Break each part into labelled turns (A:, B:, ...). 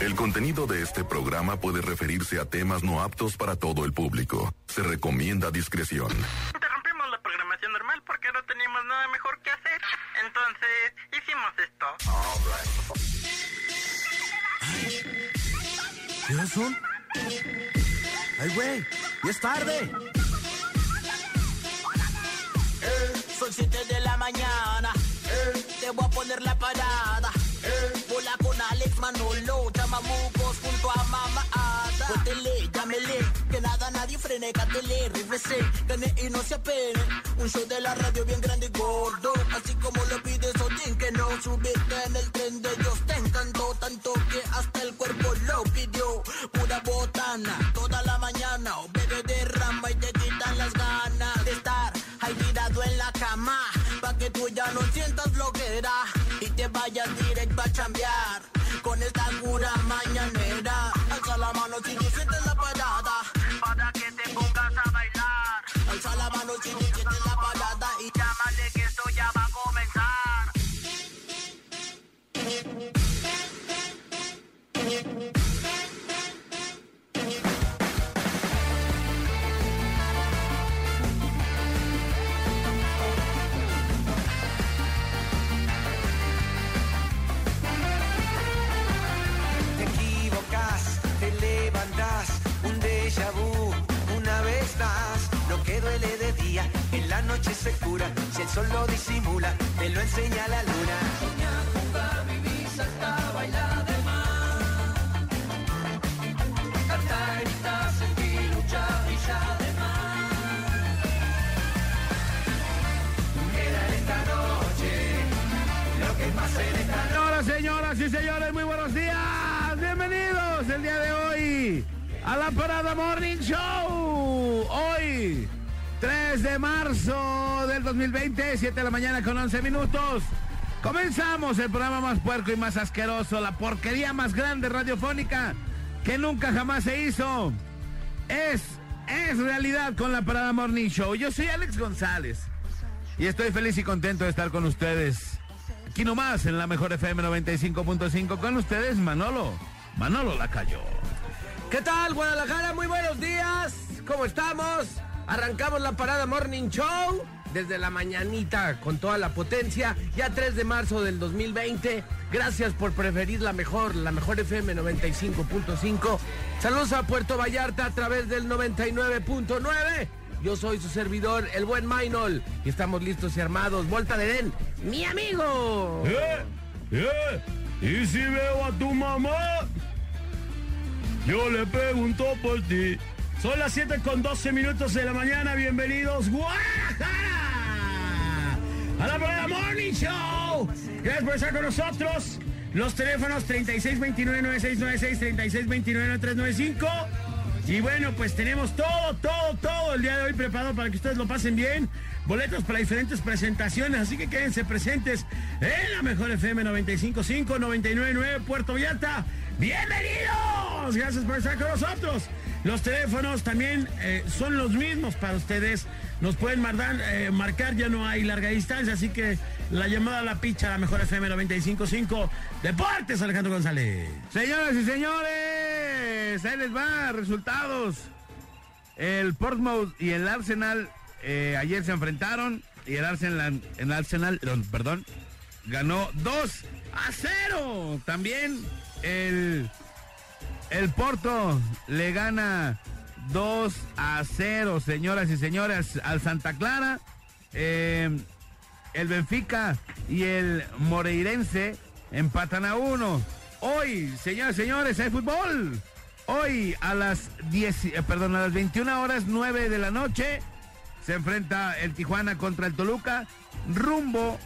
A: El contenido de este programa puede referirse a temas no aptos para todo el público. Se recomienda discreción.
B: Interrumpimos la programación normal porque no teníamos nada mejor que hacer. Entonces, hicimos esto.
C: ¿Qué horas son? ¡Ay, güey! ¡Ya es tarde!
D: Eh, Son 7 de la mañana. Eh, Te voy a poner la parada. Eh, Bola con Alex Manolo. Chamamucos junto a mamá Ada. Cuéntele, llámele. Que nada, nadie frene. Cántele, rífese. Gane y no se apene. Un show de la radio bien grande y gordo. Así como lo pide Sotín. Que no subiste en el tren de ellos. Te encantó tanto que hasta el cuerpo lo pidió. Pura botana. Toda la mañana. O bebé derrama y te quitan las ganas de estar ahí tirado en la cama, pa' que tú ya no sientas bloquera y te vayas directo a chambear con esta cura mañanera. Alza la mano si no sientes la parada,
B: Para que te pongas a bailar.
D: alza la mano si no sientes la parada y
B: Llámale que esto ya va a comenzar.
E: Te equivocas, te levantas, un déjà vu, una vez más. Lo que duele de día, en la noche se cura. Si el sol lo disimula, te lo enseña la luna.
F: Señoras, señoras y señores, muy buenos días. Bienvenidos el día de hoy a la Parada Morning Show. Hoy, 3 de marzo del 2020, 7 de la mañana con 11 minutos. Comenzamos el programa más puerco y más asqueroso, la porquería más grande radiofónica que nunca jamás se hizo. Es, es realidad con la Parada Morning Show. Yo soy Alex González. Y estoy feliz y contento de estar con ustedes. Aquí nomás en la mejor FM 95.5 con ustedes Manolo. Manolo la cayó.
G: ¿Qué tal, Guadalajara? Muy buenos días. ¿Cómo estamos? Arrancamos la parada Morning Show desde la mañanita con toda la potencia. Ya 3 de marzo del 2020. Gracias por preferir la mejor, la mejor FM 95.5. Saludos a Puerto Vallarta a través del 99.9. Yo soy su servidor, el buen Mainol. Y estamos listos y armados. Vuelta de Den, mi amigo.
F: ¡Eh! ¡Eh! ¿Y si veo a tu mamá? Yo le pregunto por ti. Son las 7 con 12 minutos de la mañana. Bienvenidos, Guadalajara, a la Parada Morning Show. Gracias por estar con nosotros. Los teléfonos 3629-9696, 3629-9395. Y bueno, pues tenemos todo, todo, todo el día de hoy preparado para que ustedes lo pasen bien. Boletos para diferentes presentaciones, así que quédense presentes en la mejor FM 955 999 Puerto Vallarta. ¡Bienvenidos! Gracias por estar con nosotros. Los teléfonos también eh, son los mismos para ustedes. Nos pueden marcar, eh, marcar, ya no hay larga distancia, así que la llamada a la picha, la mejor FM 955. Deportes, Alejandro González. Señoras y señores, ahí les va, resultados. El Portsmouth y el Arsenal eh, ayer se enfrentaron y el Arsenal, el Arsenal, no, perdón, ganó 2 a 0. También el el Porto le gana 2 a 0, señoras y señores, al Santa Clara. Eh, el Benfica y el Moreirense empatan a uno. Hoy, señoras y señores, hay fútbol. Hoy a las 10, eh, perdón, a las 21 horas 9 de la noche se enfrenta el Tijuana contra el Toluca rumbo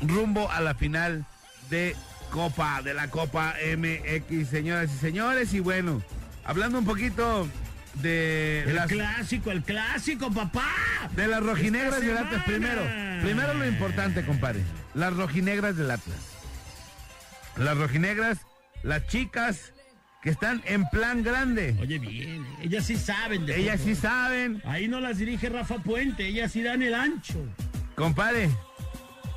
F: rumbo a la final de Copa, de la Copa MX, señoras y señores. Y bueno, hablando un poquito de
H: El
F: las,
H: clásico, el clásico, papá.
F: de las rojinegras
H: Esta
F: del Atlas primero.
H: semana.
F: Primero lo importante, compadre. Las rojinegras del Atlas. Las rojinegras, las chicas que están en plan grande.
H: Oye, bien, ellas sí saben de
F: Ellas sí
H: fútbol.
F: saben,
H: Ahí no las dirige Rafa Puente, ellas sí dan el ancho.
F: compadre,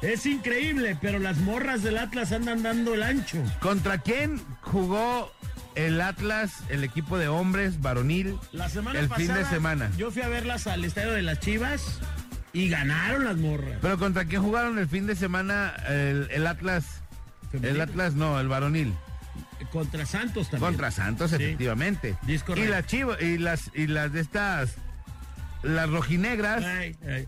H: Es increíble, pero las morras del Atlas andan dando el ancho.
F: ¿contra quién jugó el Atlas, el equipo de hombres, varonil.
G: La semana
F: el fin
G: pasada,
F: de semana.
G: Yo fui a verlas al estadio de las Chivas y ganaron las morras.
F: Pero ¿contra quién jugaron el fin de semana el, el Atlas? El
G: Femenino.
F: Atlas no, el varonil.
G: Contra Santos también.
F: Contra Santos,
G: Sí.
F: efectivamente.
G: Es correcto.
F: Y las chivas, y las, y las de estas, las rojinegras,
G: Ay, ay.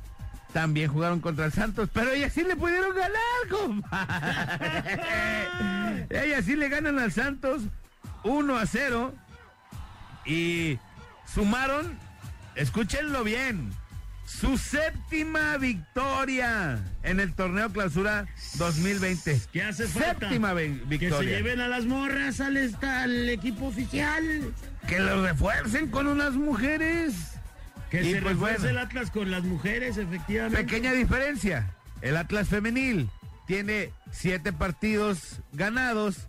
F: también jugaron contra el Santos, pero ellas sí le pudieron ganar, compadre. ellas sí le ganan al Santos 1 a 0 y sumaron, escúchenlo bien, su séptima victoria en el torneo clausura 2020.
G: ¿Qué hace falta?
F: Séptima vi-
G: Que se
F: victoria.
G: lleven a las morras al, esta- al equipo oficial.
F: Que lo refuercen con unas mujeres.
G: Que
F: Y
G: se
F: pues
G: refuerce
F: bueno.
G: el Atlas con las mujeres, efectivamente.
F: Pequeña diferencia. El Atlas femenil tiene siete partidos ganados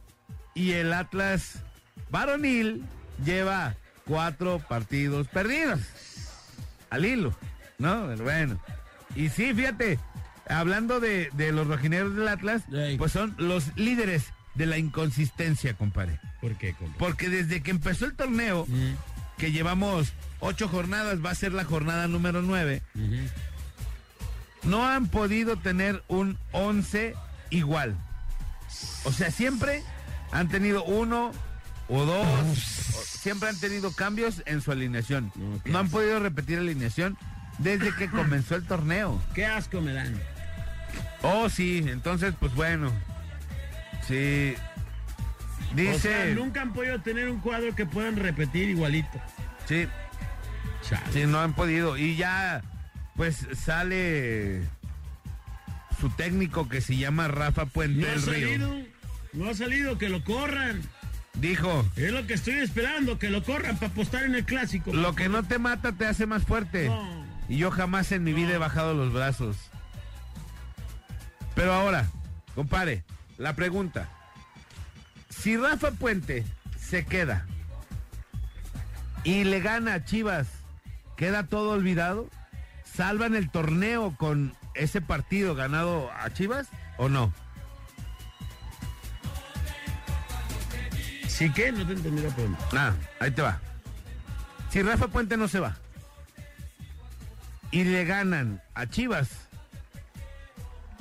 F: y el Atlas varonil lleva cuatro partidos perdidos. Al hilo, ¿no? Pero Bueno. Y sí, fíjate, hablando de, de los rojineros del Atlas,
G: Ey.
F: pues son los líderes de la inconsistencia, compadre.
G: ¿Por qué, compa?
F: Porque desde que empezó el torneo, que llevamos ocho jornadas, va a ser la jornada número nueve, no han podido tener un once igual. O sea, siempre han tenido uno o dos, o- siempre han tenido cambios en su alineación.
G: No, qué
F: No han podido repetir alineación desde que comenzó el torneo.
G: Qué asco me dan.
F: Oh, sí, entonces, pues bueno. Sí. Dice.
G: O sea, nunca han podido tener un cuadro que puedan repetir igualito.
F: Sí, Sí, no han podido. Y ya, pues sale su técnico que se llama Rafa Puente
G: No ha
F: del Río.
G: salido. No ha salido, que lo corran.
F: Dijo,
G: Es lo que estoy esperando, que lo corran para apostar en el clásico.
F: lo que no te mata te hace más fuerte.
G: No.
F: Y yo jamás en mi vida he bajado los brazos. Pero ahora, compare, la pregunta. Si Rafa Puente se queda y le gana a Chivas, ¿queda todo olvidado? ¿Salvan el torneo con ese partido ganado a Chivas o no?
G: ¿Sí que No te entendí la pregunta.
F: Nada, Ah, ahí te va. Si Rafa Puente no se va y le ganan a Chivas,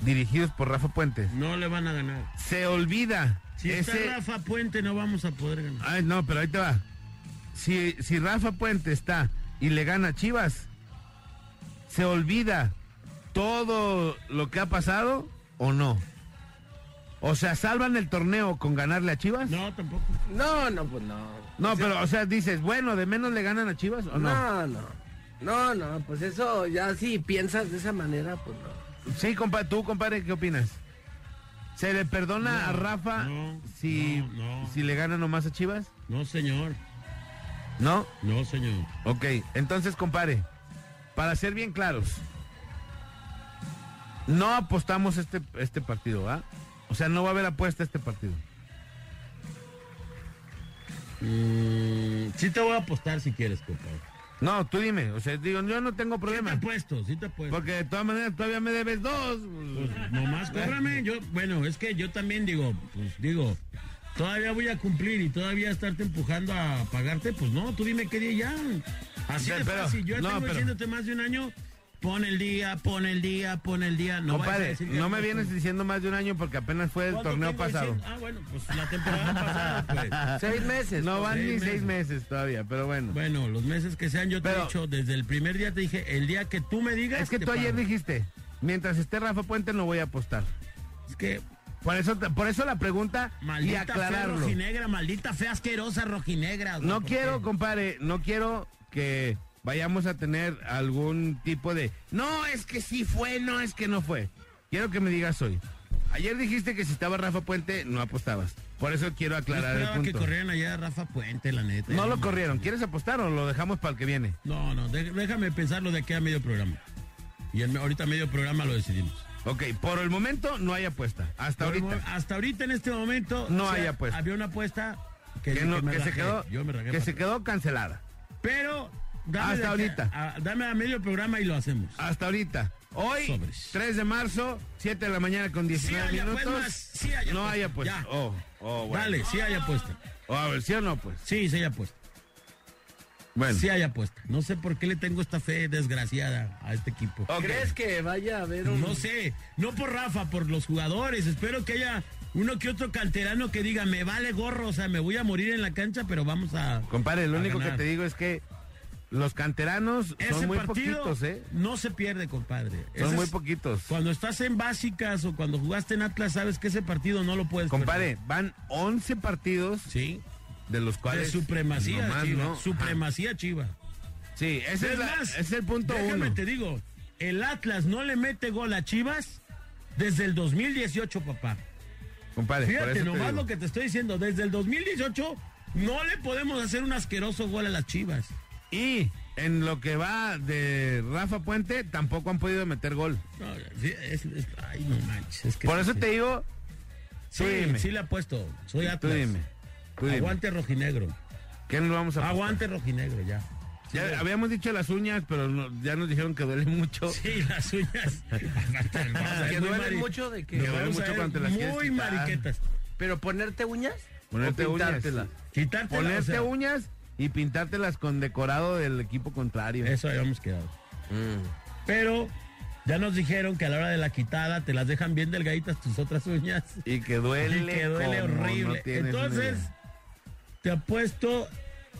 F: dirigidos por Rafa Puente,
G: No le van a ganar.
F: se olvida
G: Si
F: ese...
G: está Rafa Puente, no vamos a poder ganar.
F: Ay, no, pero ahí te va. Si, si Rafa Puente está y le gana a Chivas, ¿se olvida todo lo que ha pasado o no? O sea, ¿salvan el torneo con ganarle a Chivas?
G: No, tampoco.
F: No, no, pues no. No, pero, o sea, dices, bueno, ¿de menos le ganan a Chivas o no? no?
I: No, no. No, no, pues eso ya si piensas de esa manera, pues no.
F: Sí, compa tú, compadre, ¿qué opinas? ¿Se le perdona a Rafa
G: no,
F: si,
G: no, no.
F: si le gana nomás a Chivas?
G: No, señor.
F: No.
G: No, señor.
F: Ok, entonces, compadre, para ser bien claros, no apostamos este, este partido, ¿ah? O sea, no va a haber apuesta a este partido.
G: Mm, sí te voy a apostar si quieres, compadre.
F: No, tú dime, o sea, digo, yo no tengo
G: Sí te
F: problema.
G: apuesto, sí te apuesto.
F: Porque de todas maneras todavía me debes dos.
G: Pues, nomás cóbrame. Yo, bueno, es que yo también digo, pues digo, todavía voy a cumplir y todavía estarte empujando a pagarte, pues no, tú dime qué día ya. Así
F: Ya,
G: de
F: pero-
G: fácil. Yo ya
F: no,
G: tengo
F: pero-
G: diciéndote más de un año, pon el día, pon el día, pon el día. No vayas a
F: compadre,
G: decir que
F: no me
G: apuesto.
F: vienes diciendo más de un año porque apenas fue el
G: ¿Cuánto
F: torneo
G: tengo
F: pasado.
G: diciendo? Ah, bueno, pues la temporada pasada, pues.
I: Seis meses.
F: No van
G: seis
F: ni seis
G: meses.
F: meses todavía, pero bueno.
G: Bueno, los meses que sean, yo te
F: Pero-
G: he dicho, desde el primer día te dije, el día que tú me digas.
F: Es que
G: te
F: tú ayer
G: pago.
F: dijiste, mientras esté Rafa Puente no voy a apostar.
G: Es que.
F: Por eso, por eso la pregunta y
G: Maldita fea
F: aclararlo.
G: rojinegra, maldita fea asquerosa rojinegra. güey,
F: No
G: ¿por
F: quiero,
G: qué?
F: compadre, no quiero que vayamos a tener algún tipo de... No, es que sí fue, no, es que no fue. Quiero que me digas hoy. Ayer dijiste que si estaba Rafa Puente no apostabas. Por eso quiero
G: Yo
F: aclarar el
G: esperaba que
F: punto.
G: corrieran allá a Rafa Puente, la neta.
F: No lo corrieron. ¿Quieres apostar o lo dejamos para el que viene?
G: No, no, de- déjame pensarlo de aquí a medio programa. Y el, ahorita medio programa lo decidimos.
F: Ok, por el momento no hay apuesta. Hasta
G: Por el
F: ahorita.
G: mo- Hasta ahorita en este momento.
F: No hay apuesta.
G: Había una apuesta que,
F: que, no-
G: me
F: que se
G: rajé.
F: quedó,
G: Yo me rajé
F: que
G: para
F: se
G: atrás.
F: quedó cancelada.
G: Pero. dame
F: Hasta
G: de
F: ahorita.
G: a- dame a medio programa y lo hacemos.
F: Hasta ahorita. Hoy,
G: Sobres.
F: 3 de marzo, 7 de la mañana con 19
G: Sí hay
F: minutos.
G: apuestas, sí hay
F: no hay
G: apuestas.
F: apuesta.
G: Ya.
F: Oh, oh, bueno.
G: Dale, sí hay apuesta. O a ver, ¿sí o no, pues?
F: Sí, sí hay apuesta.
G: Bueno.
F: Sí hay apuesta. No sé por qué le tengo esta fe desgraciada a este equipo.
G: Ok.
J: ¿Crees que vaya a haber un.?
F: No sé, no por Rafa, por los jugadores. Espero que haya uno que otro canterano que diga, me vale gorro, o sea, me voy a morir en la cancha, pero vamos a...
G: Compadre, lo
F: A
G: único que
F: ganar.
G: te digo es que los canteranos
F: Ese
G: son muy
F: partido
G: poquitos, ¿eh?
F: no se pierde, compadre.
G: Son
F: Ese
G: muy
F: es-
G: poquitos.
F: Cuando estás en básicas o cuando jugaste en Atlas, sabes que ese partido no lo puedes
G: Compadre,
F: perder.
G: van 11 partidos
F: Sí.
G: de los
F: De
G: cuales...
F: supremacía,
G: nomás
F: Chiva.
G: no. Ajá.
F: Supremacía, Chiva.
G: Sí, ese es, la-
F: más,
G: ese es el punto
F: déjame
G: uno.
F: te digo, el Atlas no le mete gol a Chivas desde el 2018, papá.
G: Compadre, por
F: Fíjate
G: eso te
F: nomás
G: digo.
F: lo que te estoy diciendo, desde el 2018 no le podemos hacer un asqueroso gol a las Chivas.
G: Y en lo que va de Rafa Puente, tampoco han podido meter gol.
F: No, es- es- ay, no manches. es que-
G: Por eso te digo,
F: Sí,
G: tú dime.
F: sí le apuesto. Soy
G: tú
F: Atlas.
G: dime, tú dime,
F: Aguante rojinegro.
G: ¿qué nos vamos a apostar?
F: Aguante rojinegro ya.
G: Ya
F: Sí,
G: habíamos dicho las uñas, pero no- ya nos dijeron que duele mucho.
F: Sí, las uñas.
K: Que duelen mucho de
G: No.
K: que.
G: duelen mucho cuando te las quieres
F: Muy
G: quitar.
F: mariquetas.
K: Pero ponerte uñas.
G: Ponerte
K: o
G: uñas.
K: pintártela?
F: Quitarte
G: Ponerte uñas y pintártelas con decorado del equipo contrario.
F: Eso habíamos quedado.
G: Mm.
F: Pero ya nos dijeron que a la hora de la quitada te las dejan bien delgaditas tus otras uñas.
G: Y que duele.
F: Y que duele
G: como no
F: horrible.
G: tienes una
F: Entonces,
G: idea.
F: te apuesto.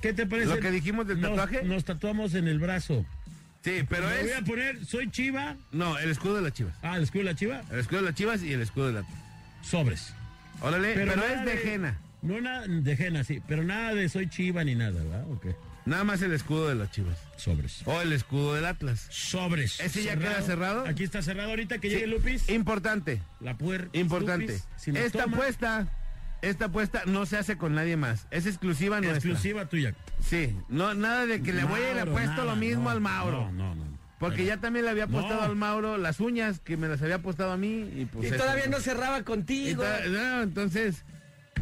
F: ¿Qué te parece?
G: ¿Lo que dijimos del
F: Nos-
G: tatuaje?
F: Nos, tatuamos en el brazo.
G: Sí, pero
F: Me voy
G: es.
F: a poner, soy Chiva.
G: No, el escudo de las chivas.
F: Ah, el escudo de la Chiva.
G: El escudo de las chivas y el escudo de la.
F: Sobres.
G: Órale, pero,
F: nada
G: es de Jena.
F: No, nada de Jena, sí. Pero nada de soy Chiva ni nada, ¿verdad? Ok.
G: Nada más el escudo de las chivas.
F: Sobres.
G: O el escudo del Atlas.
F: Sobres.
G: ¿Ese ya queda cerrado?
F: Aquí está cerrado ahorita que llegue Lupis.
G: Importante,
F: La puer.
G: importante.
F: Lupis, si nos
G: esta
F: toma,
G: apuesta, esta apuesta no se hace con nadie más. Es exclusiva nuestra.
F: Exclusiva tuya.
G: Sí, no, nada de que le voy a ir
F: Mauro,
G: apuesto
F: nada,
G: lo mismo
F: no,
G: al Mauro.
F: No, no, no.
G: Porque ya también le había apostado
F: No.
G: al Mauro las uñas que me las había apostado a mí y pues
K: Y
G: eso,
K: todavía
G: ¿no?
K: no cerraba
G: Y
K: contigo.
G: to- no, entonces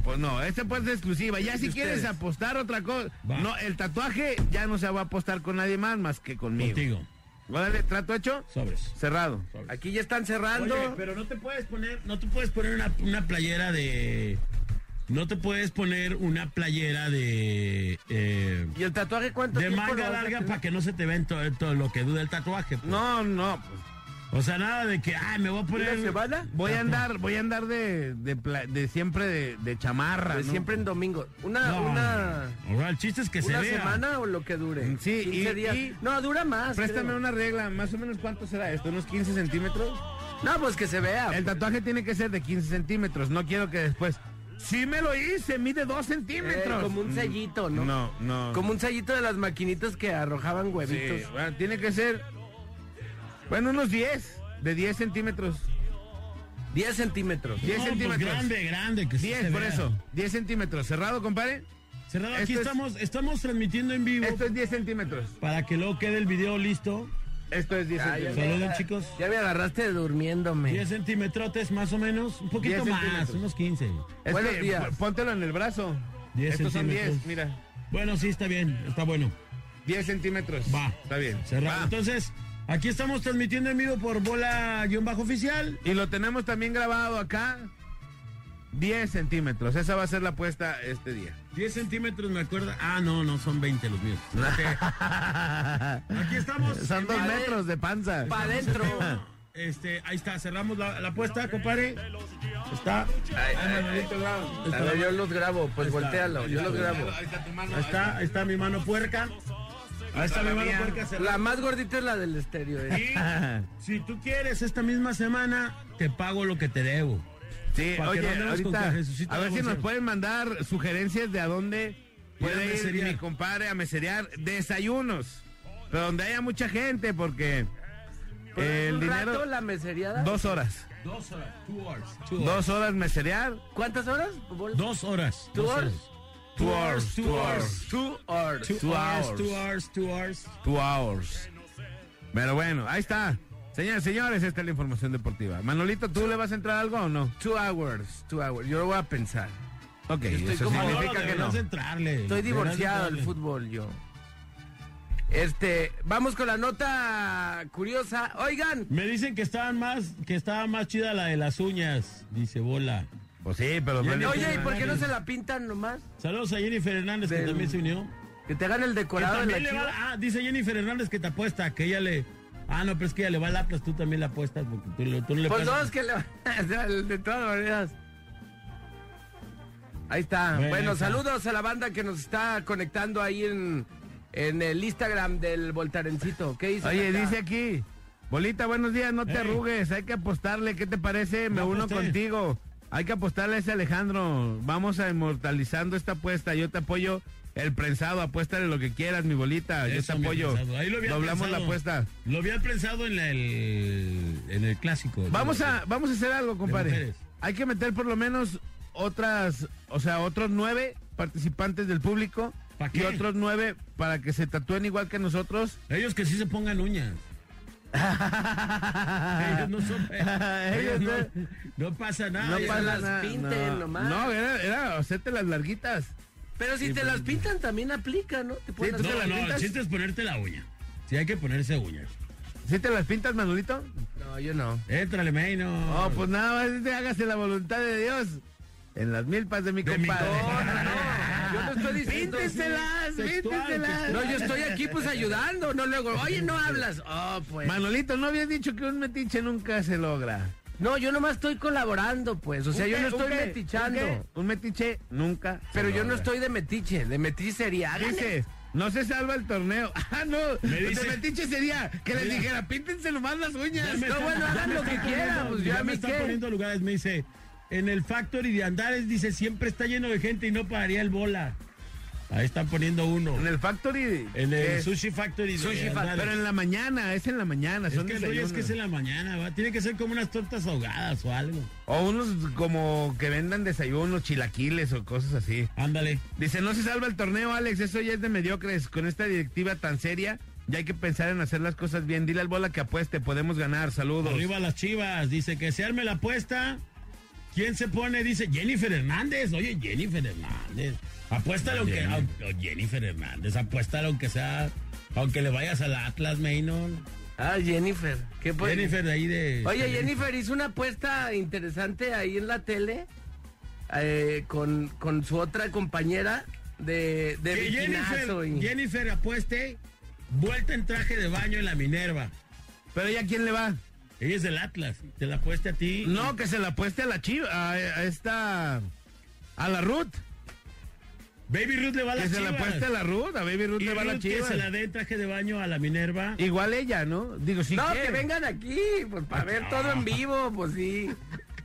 G: pues no, esta apuesta es exclusiva. Ya si quieres
K: ustedes.
G: apostar otra cosa,
F: Va.
G: no, el tatuaje ya no se va a apostar con nadie más más que conmigo.
F: Contigo.
G: Órale, trato hecho,
F: Sobres.
G: cerrado.
K: Aquí ya están cerrando.
F: Oye, pero no te puedes poner, no te puedes poner una, una playera de. No te puedes poner una playera de. eh,
K: ¿Y el tatuaje cuánto
F: de
K: tiempo lo
F: manga
K: vas a
F: larga
K: tener?
F: para que no se te ven todo, todo lo que duda el tatuaje. pues.
G: No, no, pues,
F: O sea, nada de que, ay, me voy a poner.
K: ¿Una semana?
G: voy a andar, voy a andar de, de, pla- de siempre de, de chamarra.
K: Pues
G: ¿no?
K: siempre en domingo. Una,
F: No,
K: una,
F: no, no. el chiste es que se
K: una
F: vea.
K: semana o lo que dure.
G: Sí,
K: 15
G: y-
K: días.
G: y-
K: No, dura más.
G: Préstame
K: creo.
G: una regla, más o menos cuánto será esto, unos 15 centímetros.
K: No, pues que se vea.
G: El tatuaje tiene que ser de 15 centímetros. No quiero que después. Sí me lo hice, mide 2
K: Eh,
G: centímetros.
K: como un sellito, ¿no?
G: No, no.
K: Como un sellito de las maquinitas que arrojaban
G: Sí,
K: huevitos.
G: bueno, tiene que ser. Bueno, unos 10. De 10 centímetros.
K: 10 centímetros.
G: 10
F: No, pues,
G: centímetros.
F: grande, grande, que sí
G: 10,
F: se
G: por
F: vea.
G: eso. 10 centímetros. Cerrado, compadre.
F: Cerrado, aquí
G: Esto es-
F: estamos, estamos transmitiendo en vivo
G: Esto es 10 centímetros.
F: para que luego quede el video listo.
G: Esto es 10 centímetros.
F: Saludos, chicos.
K: Ya me agarraste durmiéndome.
F: 10 centimetrotes más o menos, un poquito
G: 10
F: más,
G: centímetros.
F: unos 15.
G: Es
K: Buenos
G: que,
K: días.
G: p- Este, póntelo en el brazo.
F: 10
G: Estos son 10,
F: centímetros.
G: mira.
F: Bueno, sí, está bien, está bueno.
G: 10 centímetros.
F: Va.
G: Está bien.
F: Cerrado.
G: Va.
F: Entonces, aquí estamos transmitiendo en vivo por bola-oficial.
G: Y lo tenemos también grabado acá. 10 centímetros. Esa va a ser la apuesta este día.
F: 10 centímetros, me acuerdo. Ah, no, no, son 20 los míos. Aquí estamos.
G: Son dos
F: Vale.
G: metros de panza.
K: Para adentro.
F: Este, ahí está, cerramos la, la apuesta, compadre. Está.
K: A ver, yo los grabo, pues
F: está.
K: voltealo, yo los grabo.
F: Ahí está, ahí está mi mano puerca. Ahí está mi mano puerca cerrada.
K: La más gordita es la del estéreo. eh.
F: Y si tú quieres, esta misma semana te pago lo que te debo.
G: Sí,
F: Para que no
G: oye,
F: andemos
G: ahorita.
F: con que Jesucito
G: A ver si
F: Alonso.
G: nos pueden mandar sugerencias de a dónde
F: Ir a
G: puede ir
F: meserear.
G: mi compadre a meserear desayunos. Pero donde haya mucha gente, porque
K: Pero
G: el
K: Pues, un rato,
G: dinero.
K: la meseriada?
G: Dos horas.
F: Dos horas, two hours.
G: Dos horas meserear.
K: ¿Cuántas horas? Vol-
F: Dos horas.
K: Two
F: dos
K: hours.
G: Two hours.
F: Two
G: Two
F: hours.
G: hours.
K: Two hours.
F: Two,
G: Two
F: hours,
G: hours.
F: two hours, two hours.
G: Two hours. Pero bueno, ahí está. Señores, señores, esta es la información deportiva. Manolito, ¿tú le vas a entrar algo o no?
K: Two hours. Two hours. Yo lo voy a pensar.
G: Ok, eso
K: como-
G: significa
F: Manolo,
G: que no.
F: deberás entrarle,
K: Estoy
F: deberás
K: divorciado del
F: entrarle.
K: fútbol yo. Este, vamos con la nota curiosa. Oigan,
F: Me dicen que estaban más, que estaba más chida la de las uñas, dice Bola. Pues sí, pero no es
L: Jenny-
F: lo
M: Oye, ¿y
F: mismo.
M: por qué no se la pintan nomás?
E: Saludos a Jennifer Hernández, que
M: Del-
E: también se unió.
M: Que te hagan el
E: Que
M: decorado de la
E: también le
M: chiva.
E: va- ah, dice Jennifer Hernández que te apuesta, que ella le... Ah, no, pero es que ella le va al Atlas, tú también la apuestas, porque tú, le- tú no le
M: Pues no,
E: pasas.
M: es que le van a hacer de todas maneras.
G: Ahí está.
E: Bueno,
G: Bueno,
E: ahí está.
G: saludos a la banda que nos está conectando ahí en, en el Instagram del Voltarencito. ¿Qué dice?
F: Oye, dice aquí. Bolita, buenos días, no te
E: Ey. pues
F: arrugues, hay que apostarle, ¿qué te parece? Me
E: Ya
F: uno
E: aposté.
F: contigo. Hay que apostarle a ese Alejandro. Vamos a inmortalizando esta apuesta. Yo te apoyo el prensado, apuéstale lo que quieras, mi bolita.
E: Eso,
F: Yo te
E: mi
F: apoyo.
E: prensado. Ahí lo había
F: Doblamos
E: pensado.
F: la apuesta.
E: Lo había pensado en la- el, en el clásico.
F: Vamos
E: De-
F: a, vamos a hacer algo, compadre.
E: mujeres.
F: Hay que meter por lo menos otras, o sea, otros nueve participantes del público
E: ¿Pa
F: y
E: qué?
F: otros nueve para que se tatúen igual que nosotros.
E: Ellos que sí se pongan uñas. Ellos no son...
F: Ah.
E: ellos
F: Ellos
E: no,
F: no-
E: no pasa nada.
F: No
E: ellos-
F: pasa
M: las
F: nada.
M: pinten
F: no.
M: nomás.
F: No, era, era hacerte las larguitas.
M: Pero si te las pintan también aplica, ¿no? Te ponen
E: pues,
F: Sí,
E: No,
F: ¿Te las
E: no, el
F: pintas?
E: chiste es ponerte la uña. Sí, hay que ponerse uñas.
F: ¿Sí te las pintas, Manolito?
G: No, yo no.
E: Éntrale, Meino.
F: No, pues nada más te hágase la voluntad de Dios. En las milpas de mi
E: De mi
F: compadre.
E: compadre.
G: Yo no estoy diciendo.
F: Pínteselas,
E: Textual,
F: pínteselas.
G: No, yo estoy aquí pues ayudando, no luego. Oye, no hablas. Oh, pues.
F: Manolito, no habías dicho que un metiche nunca se logra.
G: No, yo nomás estoy colaborando, pues. O sea,
F: ¿Un
G: yo
F: qué?
G: no
F: ¿Un
G: estoy
F: qué?
G: metichando.
F: ¿Un, qué? Un metiche nunca. se
G: Pero yo no
F: logra.
G: estoy de metiche, de metiche sería.
F: Dices, no se salva el torneo. Ah, no.
E: Me
F: de
E: dice-
F: metiche sería que les dijera, píntense nomás las
E: Ya
F: uñas.
E: me
G: No,
E: está-
G: bueno,
E: ya
G: hagan
E: me
G: lo
E: está
G: que quieran,
E: poniendo-
G: pues, ya
E: Ya
G: a
E: me
G: mí
E: está
G: qué.
E: poniendo lugares, me dice. En el Factory de Andares, dice, siempre está lleno de gente y no pararía el bola. Ahí están poniendo uno.
F: En el Factory.
E: En el
F: es-
E: Sushi Factory de
F: Sushi Factory.
E: Andares.
F: Pero en la mañana, es en la mañana.
E: Es
F: son
E: que el rollo es que es en
F: desayunos.
E: la mañana, va. Tiene que ser como unas tortas ahogadas o algo.
F: O unos como que vendan desayunos, chilaquiles o cosas así.
E: Ándale.
F: Dice, no se salva el torneo, Alex, eso ya es de mediocres. Con esta directiva tan seria, ya hay que pensar en hacer las cosas bien. Dile al bola que apueste, podemos ganar, saludos.
E: Arriba las chivas. Dice que se arme la apuesta. ¿Quién se pone? Dice Jennifer Hernández. Oye, Jennifer Hernández. Apuéstale aunque. aunque- oh, Jennifer Hernández. Apuéstale aunque sea. Aunque le vayas al Atlas, Maynor.
G: Ah, Jennifer. ¿Qué pues?
E: Jennifer de ahí de.
G: Oye, Jennifer hizo una apuesta interesante ahí en la tele eh, con, con su otra compañera de, de
E: Que Jennifer,
G: vikinazo y-
E: Jennifer apueste. Vuelta en traje de baño en la Minerva.
F: Pero ya, ¿quién le va?
E: Ella es del Atlas. Te la apueste a ti.
F: No, que se la apueste a la chiva, a, a esta... A la Ruth.
E: Baby Ruth le va a
F: Que
E: las
F: se
E: chivas.
F: la apueste a la Ruth, a Baby Ruth
E: Y
F: le va a la
E: Ruth que
F: chiva.
E: se la dé en traje de baño a la Minerva.
F: Igual ella, ¿no? Digo, si
G: No,
F: quiere.
G: que vengan aquí, pues para ver
E: No.
G: todo en vivo, pues sí.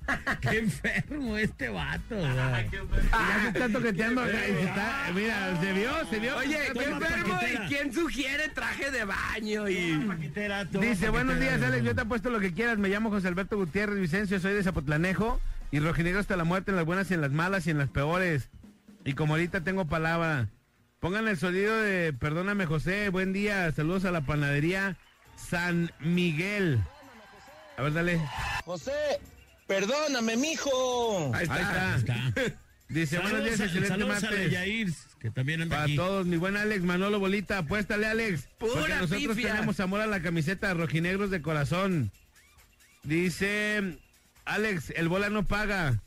E: Qué enfermo este vato. güey.
F: Ya se está toqueteando. está- mira, se vio, se vio.
G: Oye, qué
E: Toma,
G: enfermo
E: paquetera.
G: y quién sugiere traje de baño y.
E: Paquitera, toma,
F: Dice,
E: paquitera.
F: buenos días, Alex, yo te apuesto lo que quieras. Me llamo José Alberto Gutiérrez Vicencio, soy de Zapotlanejo y rojinegro hasta la muerte, en las buenas y en las malas y en las peores. Y como ahorita tengo palabra, pongan el sonido de Perdóname José, buen día, saludos a la panadería San Miguel. A ver, dale.
N: José, perdóname, mijo.
F: Ahí está.
E: Ahí está.
F: Dice, buenos
E: Saludos,
F: días,
E: a,
F: excelente
E: saludos a la
F: martes.
E: Yair, que también anda
F: Para
E: aquí.
F: todos, mi buen Alex, Manolo Bolita, apuéstale Alex.
G: Pura
F: porque nosotros
G: pifia.
F: tenemos amor a la camiseta, rojinegros de corazón. Dice, Alex, el bola no paga.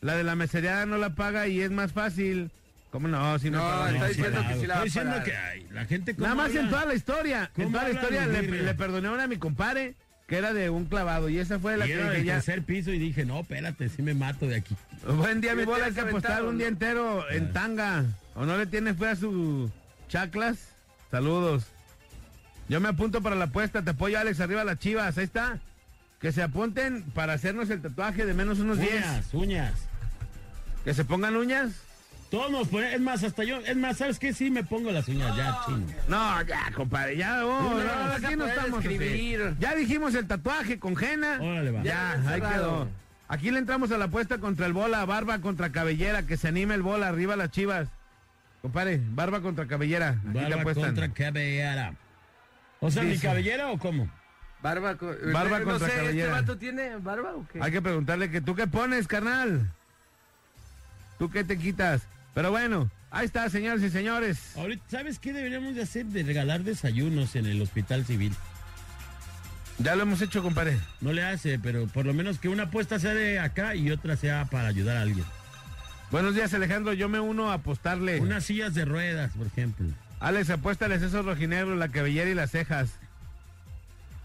F: La de la mesereada no la paga y es más fácil. ¿Cómo no? Si no,
G: No,
F: paga,
G: está
E: sí
F: no.
G: diciendo
E: la
G: que
E: hago.
G: sí la va
E: Estoy
G: a
E: diciendo
G: parar.
E: que ay, la gente
F: Nada
E: cómo
F: más
E: habla.
F: en toda la historia. En
E: ¿Cómo
F: toda la
E: hablan
F: historia
E: los
F: le,
E: birrias?
F: le perdoné una a mi compadre que era de un clavado y esa fue la
E: Y
F: que
E: era
F: dije
E: del
F: ya.
E: tercer piso y dije, no, espérate, sí me mato de aquí.
F: Buen día, mi
G: le
F: bola, hay
G: tienes
F: que apostar
G: aventado,
F: un día
G: ¿no?
F: entero en tanga. ¿O no le tienes fe a sus chaclas? Saludos. Yo me apunto para la apuesta, te apoyo Alex, arriba las chivas, ahí está. Que se apunten para hacernos el tatuaje de menos unos 10.
E: Uñas, uñas.
F: Que se pongan uñas.
E: Todos nos ponen, es más, hasta yo, es más, ¿sabes qué? Sí me pongo las uñas, ya,
F: Ah,
E: chingo.
F: No, ya, compadre, ya, oh,
G: Una,
F: no,
G: no vas a
F: aquí no
G: poder
F: estamos. así.
G: escribir.
F: Ya dijimos el tatuaje con Jena.
E: Órale, va.
F: Ya, ahí
G: cerrado.
F: quedó. Aquí le entramos a la apuesta contra el bola, barba contra cabellera, que se anime el bola, arriba las chivas. Compadre, barba contra cabellera. Aquí le
E: Barba
F: apuestan.
E: contra cabellera. O sea, ¿mi
F: Dice.
E: cabellera o cómo?
G: Barba, co-
F: Barba
G: no
F: contra
G: sé, ¿este
F: cabellera.
G: vato tiene barba o qué?
F: Hay que preguntarle que tú qué pones, carnal. ¿Tú qué te quitas? Pero bueno, ahí está, señores y señores.
E: Ahorita, ¿sabes qué deberíamos de hacer? De regalar desayunos en el hospital civil.
F: Ya lo hemos hecho, compadre.
A: No le hace, pero por lo menos que una apuesta sea de acá y otra sea para ayudar a alguien.
F: Buenos días, Alejandro. Yo me uno a apostarle.
A: Unas sillas de ruedas, por ejemplo.
F: Alex, apuéstales esos rojinegros, la cabellera y las cejas.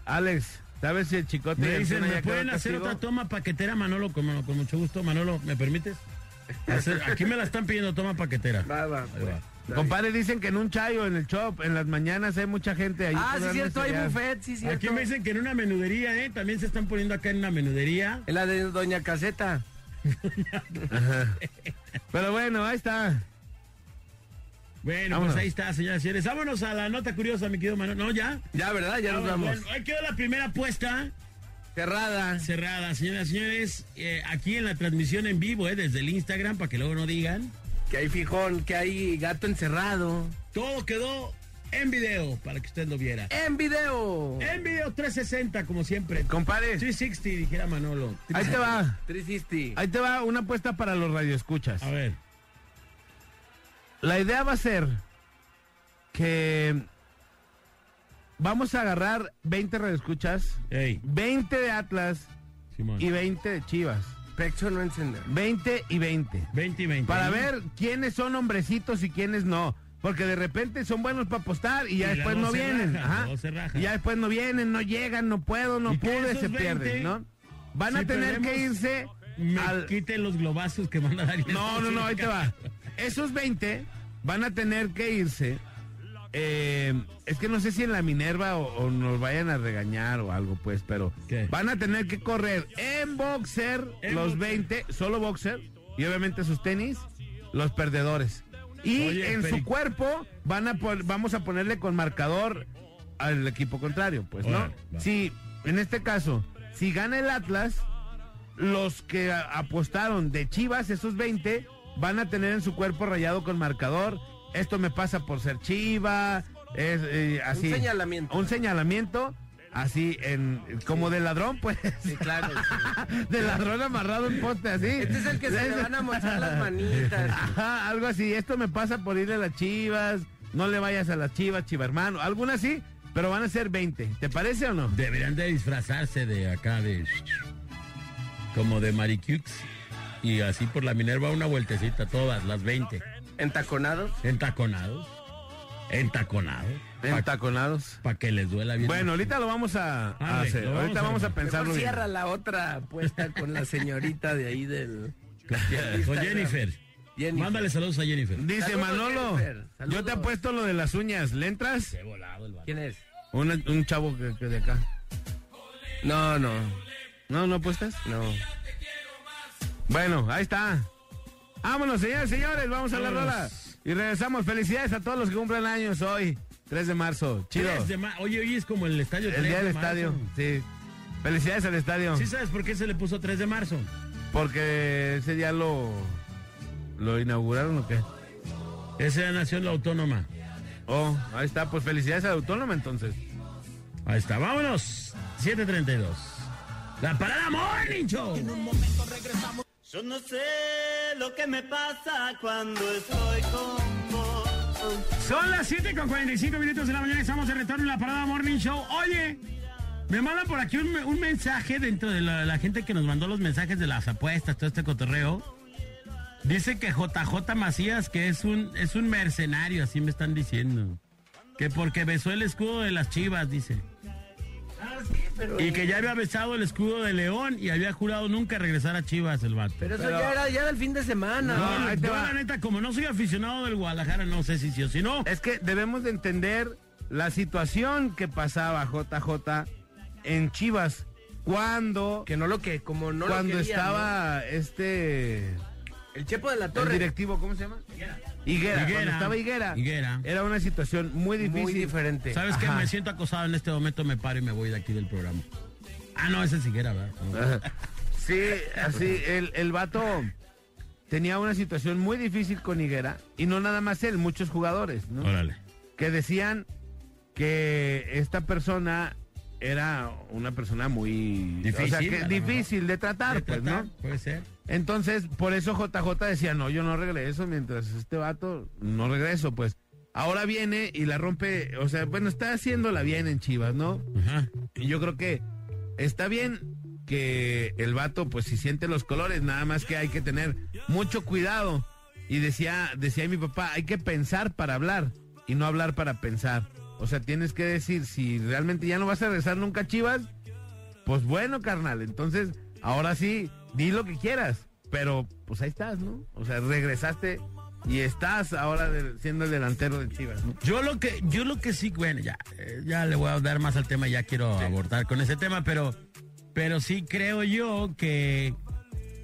F: Alex, ¿sabes si el chicote... y
A: Me
F: el
A: dicen,
F: Tena
A: ¿me
F: ya quedó
A: pueden hacer
F: castigo?
A: otra toma paquetera, Manolo? Con, con mucho gusto, Manolo, ¿me permites? Hacer- aquí me la están pidiendo toma paquetera.
O: Va, va,
A: Ahí va.
F: Compadre, dicen que en un chayo, en el shop, en las mañanas hay mucha gente ahí.
G: Ah,
F: por
G: sí,
F: darle
G: cierto, hay
F: cereal.
G: buffet, sí, cierto.
A: Aquí me dicen que en una menudería, ¿eh? También se están poniendo acá en una menudería.
G: Es la de Doña Caseta.
F: Pero bueno, ahí está.
A: Bueno,
F: Vámonos.
A: pues ahí está, señoras y señores. Vámonos a la nota curiosa, mi querido Manolo. No, ya.
G: Ya, ¿verdad? Ya nos
A: Vámonos,
G: vamos.
A: bueno, ahí quedó la primera apuesta
G: Cerrada.
A: cerrada, señoras y señores. Eh, aquí en la transmisión en vivo, ¿eh? Desde el Instagram, para que luego no digan.
G: Que hay fijón, que hay gato encerrado.
A: Todo quedó en video, para que usted lo viera.
G: En video.
A: En video 360, como siempre.
F: Compadre,
A: 360, dijera Manolo.
F: ahí te va.
G: 360.
F: Ahí te va una apuesta para los radioescuchas.
A: A ver.
F: La idea va a ser que vamos a agarrar 20 radioescuchas,
A: Ey,
F: 20 de Atlas
A: Simón.
F: y 20 de Chivas.
G: Pecho no encender.
F: 20 y 20.
A: 20 y 20.
F: Para
A: ¿no?
F: ver quiénes son hombrecitos y quiénes no. Porque de repente son buenos para apostar y ya
A: Y la
F: después
A: voz
F: no
A: se
F: vienen.
A: raja,
F: ajá.
A: la voz se raja.
F: Y ya después no vienen, no llegan, no puedo, no
A: Y que
F: pude,
A: esos
F: se
A: 20,
F: pierden, ¿no? Van a
A: si
F: tener que
A: perdemos,
F: irse
A: Me
F: al...
A: quiten los globazos que van a dar.
F: No, no, no, ahí te va. Esos 20 van a tener que irse. eh, es que no sé si en la Minerva o, o nos vayan a regañar o algo, pues, pero
A: ¿Qué?
F: van a tener que correr en boxer
A: En
F: los
A: boxer.
F: 20, solo boxer, y obviamente sus tenis, los perdedores. Y
A: Oye,
F: en su
A: Félix.
F: cuerpo van a pon- vamos a ponerle con marcador al equipo contrario, pues, ¿no?
A: Órale, va.
F: Si, en este caso, si gana el Atlas, los que a- apostaron de Chivas, esos 20, van a tener en su cuerpo rayado con marcador. Esto me pasa por ser Chiva. Es, eh, así.
G: Un señalamiento.
F: Un señalamiento. Así, en, como de ladrón, pues.
G: Sí, claro. sí.
F: De ladrón amarrado en poste, así.
G: Este es el que se le van a mochar las manitas.
F: Ajá, Ah, algo así. Esto me pasa por ir a las chivas. No le vayas a las chivas, chiva hermano. Alguna sí, pero van a ser 20. ¿Te parece o no?
A: Deberían de disfrazarse de acá de... Como de Maricux. Y así por la Minerva una vueltecita, todas, las 20.
G: ¿Entaconados?
A: Entaconados. Entaconados.
F: Entaconados.
A: Para que les duela bien.
F: Bueno, ahorita lo vamos a, a
A: Ándale,
F: hacer.
A: lo vamos
F: ahorita
A: a
F: vamos a
A: armar.
F: pensarlo
G: Mejor
F: bien.
G: cierra la otra apuesta con la señorita de ahí del...
A: Con Jennifer.
G: Jennifer.
A: Mándale saludos a Jennifer.
F: Dice
G: Saludos,
F: Manolo,
G: Jennifer, saludos.
F: yo te apuesto lo de las uñas. ¿Le entras?
A: Qué volado el vato.
G: ¿Quién es?
F: Una- un chavo que, que de acá.
G: No, no,
F: No, no apuestas.
G: no.
F: Bueno, ahí está. Vámonos, señores, señores. Vamos a la
A: Vámonos.
F: rola. Y regresamos. Felicidades a todos los que cumplen años hoy, 3 de marzo. Chido.
A: Tres de ma- Oye, hoy es como el estadio.
F: El
A: tres
F: día
A: de
F: del
A: marzo.
F: estadio. Sí. Felicidades al estadio.
A: ¿Sí sabes por qué se le puso 3 de marzo?
F: Porque ese día lo. ¿Lo inauguraron o qué?
A: Esa era nación la autónoma.
F: Oh, ahí está. Pues felicidades al autónomo entonces.
A: Ahí está, vámonos. 7.32. La parada Morning Show.
E: Yo no sé lo que me pasa cuando estoy con vos.
A: Son las 7 con 45 minutos de la mañana. Estamos de retorno en la parada Morning Show. Oye, me mandan por aquí un, me- un mensaje dentro de la, la gente que nos mandó los mensajes de las apuestas, todo este cotorreo. Dice que JJ Macías, que es un, es un mercenario, así me están diciendo. Que porque besó el escudo de las chivas, dice.
G: Ah,
A: Y que ya había besado el escudo de León y había jurado nunca regresar a Chivas el vato.
G: Pero eso ya era ya del fin de semana.
A: No,
F: ahí te
A: yo,
F: va.
A: la neta, como no soy aficionado del Guadalajara, no sé si sí o si no.
F: Es que debemos de entender la situación que pasaba JJ en Chivas cuando,
G: Que no lo que, como no
F: cuando
G: lo querían,
F: estaba este
G: ¿no? El Chepo de la
F: el
G: Torre.
F: directivo, ¿cómo se llama? Higuera.
A: Higuera.
F: Cuando estaba Higuera,
A: Higuera.
F: era una situación muy difícil.
G: Muy diferente.
A: ¿Sabes qué?
F: Ajá.
A: Me siento acosado en este momento, me paro y me voy de aquí del programa. Ah, no, ese siquiera, ¿verdad? No.
F: Sí, así, el, el vato tenía una situación muy difícil con Higuera, y no nada más él, muchos jugadores, ¿no?
A: Órale.
F: Que decían que esta persona era una persona muy
A: Difícil,
F: o sea,
A: a
F: que
A: lo
F: difícil de tratar,
A: ¿Puede
F: pues,
A: tratar?
F: ¿no?
A: Puede ser.
F: Entonces, por eso JJ decía, no, yo no regreso, mientras este vato no regreso, pues. Ahora viene y la rompe, o sea, bueno, está haciéndola bien en Chivas, ¿no?
A: Ajá.
G: yo creo que está bien que el vato, pues si siente los colores, nada más que hay que tener mucho cuidado. Y decía, decía mi papá, hay que pensar para hablar y no hablar para pensar. O sea, tienes que decir, si realmente ya no vas a regresar nunca a Chivas, pues bueno, carnal. Entonces, ahora sí, di lo que quieras. Pero, pues ahí estás, ¿no? O sea, regresaste y estás ahora de- siendo el delantero de Chivas, ¿no?
F: Yo lo que, yo lo que sí, bueno, ya, eh, ya le voy a dar más al tema, ya quiero abordar con ese tema, pero, pero sí creo yo que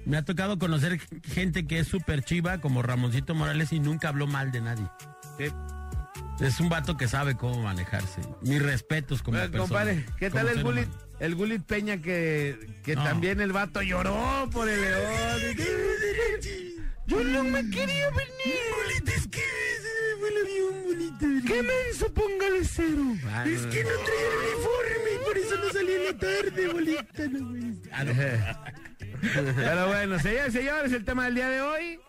F: me ha tocado conocer gente que es súper chiva, como Ramoncito Morales, y nunca habló mal de nadie.
G: Sí.
F: Es un vato que sabe cómo manejarse. Mis respetos como
G: Oye,
F: persona.
G: Pues, compadre, ¿qué
F: como
G: tal el
F: ser
G: Gulit?
F: humano.
G: El Gulit Peña que, que
F: No.
G: también el vato lloró por el león. Yo no me quería venir. es que fue el avión bonito. ¿Qué me suponga el cero?
F: Es que no traía el uniforme y por eso no salí en la tarde, bolita. no, güey. Ah, no.
G: Pero bueno, señores, señores, el tema del día de hoy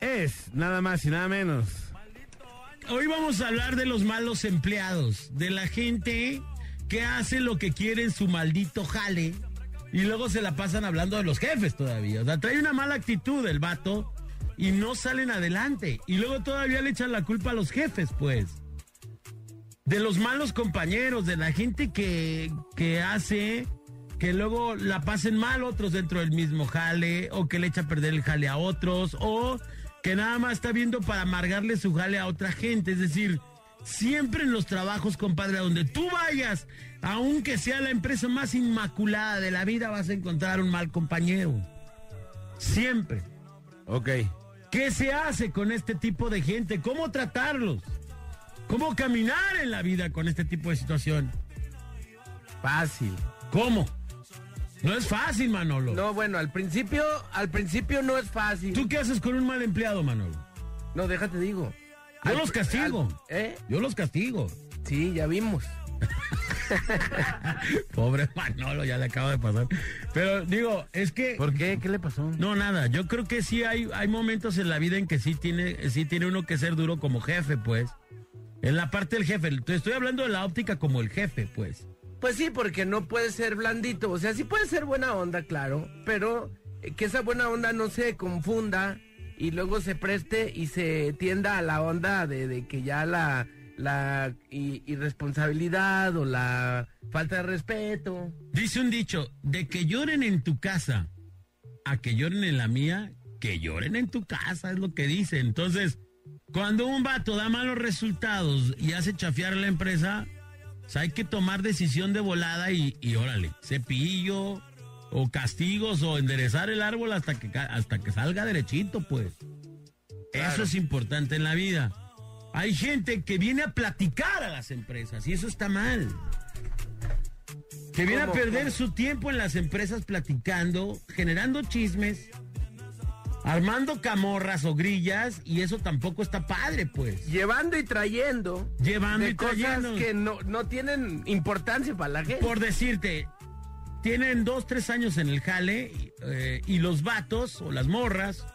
G: es nada más y nada menos.
F: Hoy vamos a hablar de los malos empleados, de la gente que hace lo que quiere en su maldito jale y luego se la pasan hablando de los jefes todavía. O sea, trae una mala actitud el vato y no salen adelante. Y luego todavía le echan la culpa a los jefes, pues. De los malos compañeros, de la gente que, que hace que luego la pasen mal otros dentro del mismo jale, o que le echa a perder el jale a otros, o que nada más está viendo para amargarle su jale a otra gente. Es decir, siempre en los trabajos, compadre, a donde tú vayas, aunque sea la empresa más inmaculada de la vida, vas a encontrar un mal compañero. Siempre.
G: Ok.
F: ¿Qué se hace con este tipo de gente? ¿Cómo tratarlos? ¿Cómo caminar en la vida con este tipo de situación?
K: Fácil.
F: ¿Cómo? No es fácil, Manolo.
K: No, bueno, al principio, al principio no es fácil.
F: ¿Tú qué haces con un mal empleado, Manolo?
K: No, déjate digo.
F: Yo
K: Al-
F: los castigo.
K: al- ¿Eh?
F: Yo los castigo.
K: Sí, ya vimos.
F: Pobre Manolo, ya le acabo de pasar. Pero digo, es que...
G: ¿Por qué? ¿Qué le pasó?
F: No, nada, yo creo que sí hay, hay momentos en la vida en que sí tiene, sí tiene uno que ser duro como jefe, pues. En la parte del jefe, te estoy hablando de la óptica como el jefe, pues.
K: Pues sí, porque no puede ser blandito. O sea, sí puede ser buena onda, claro, pero eh, que esa buena onda no se confunda y luego se preste y se tienda a la onda de, de que ya la, la i- irresponsabilidad o la falta de respeto.
F: Dice un dicho, de que lloren en tu casa a que lloren en la mía, que lloren en tu casa, es lo que dice. Entonces, cuando un vato da malos resultados y hace chafear a la empresa, o sea, hay que tomar decisión de volada y, y órale, cepillo o castigos o enderezar el árbol hasta que, ca- hasta que salga derechito, pues. Eso es importante en la vida. Hay gente que viene a platicar a las empresas y eso está mal. Que viene a
K: ¿Cómo,
F: perder su tiempo en las empresas platicando, generando chismes, armando camorras o grillas y eso tampoco está padre, pues.
K: Llevando y trayendo.
F: Llevando
K: de
F: y trayendo.
K: cosas que no, no tienen importancia para la gente.
F: Por decirte, tienen dos, tres años en el jale eh, y los vatos o las morras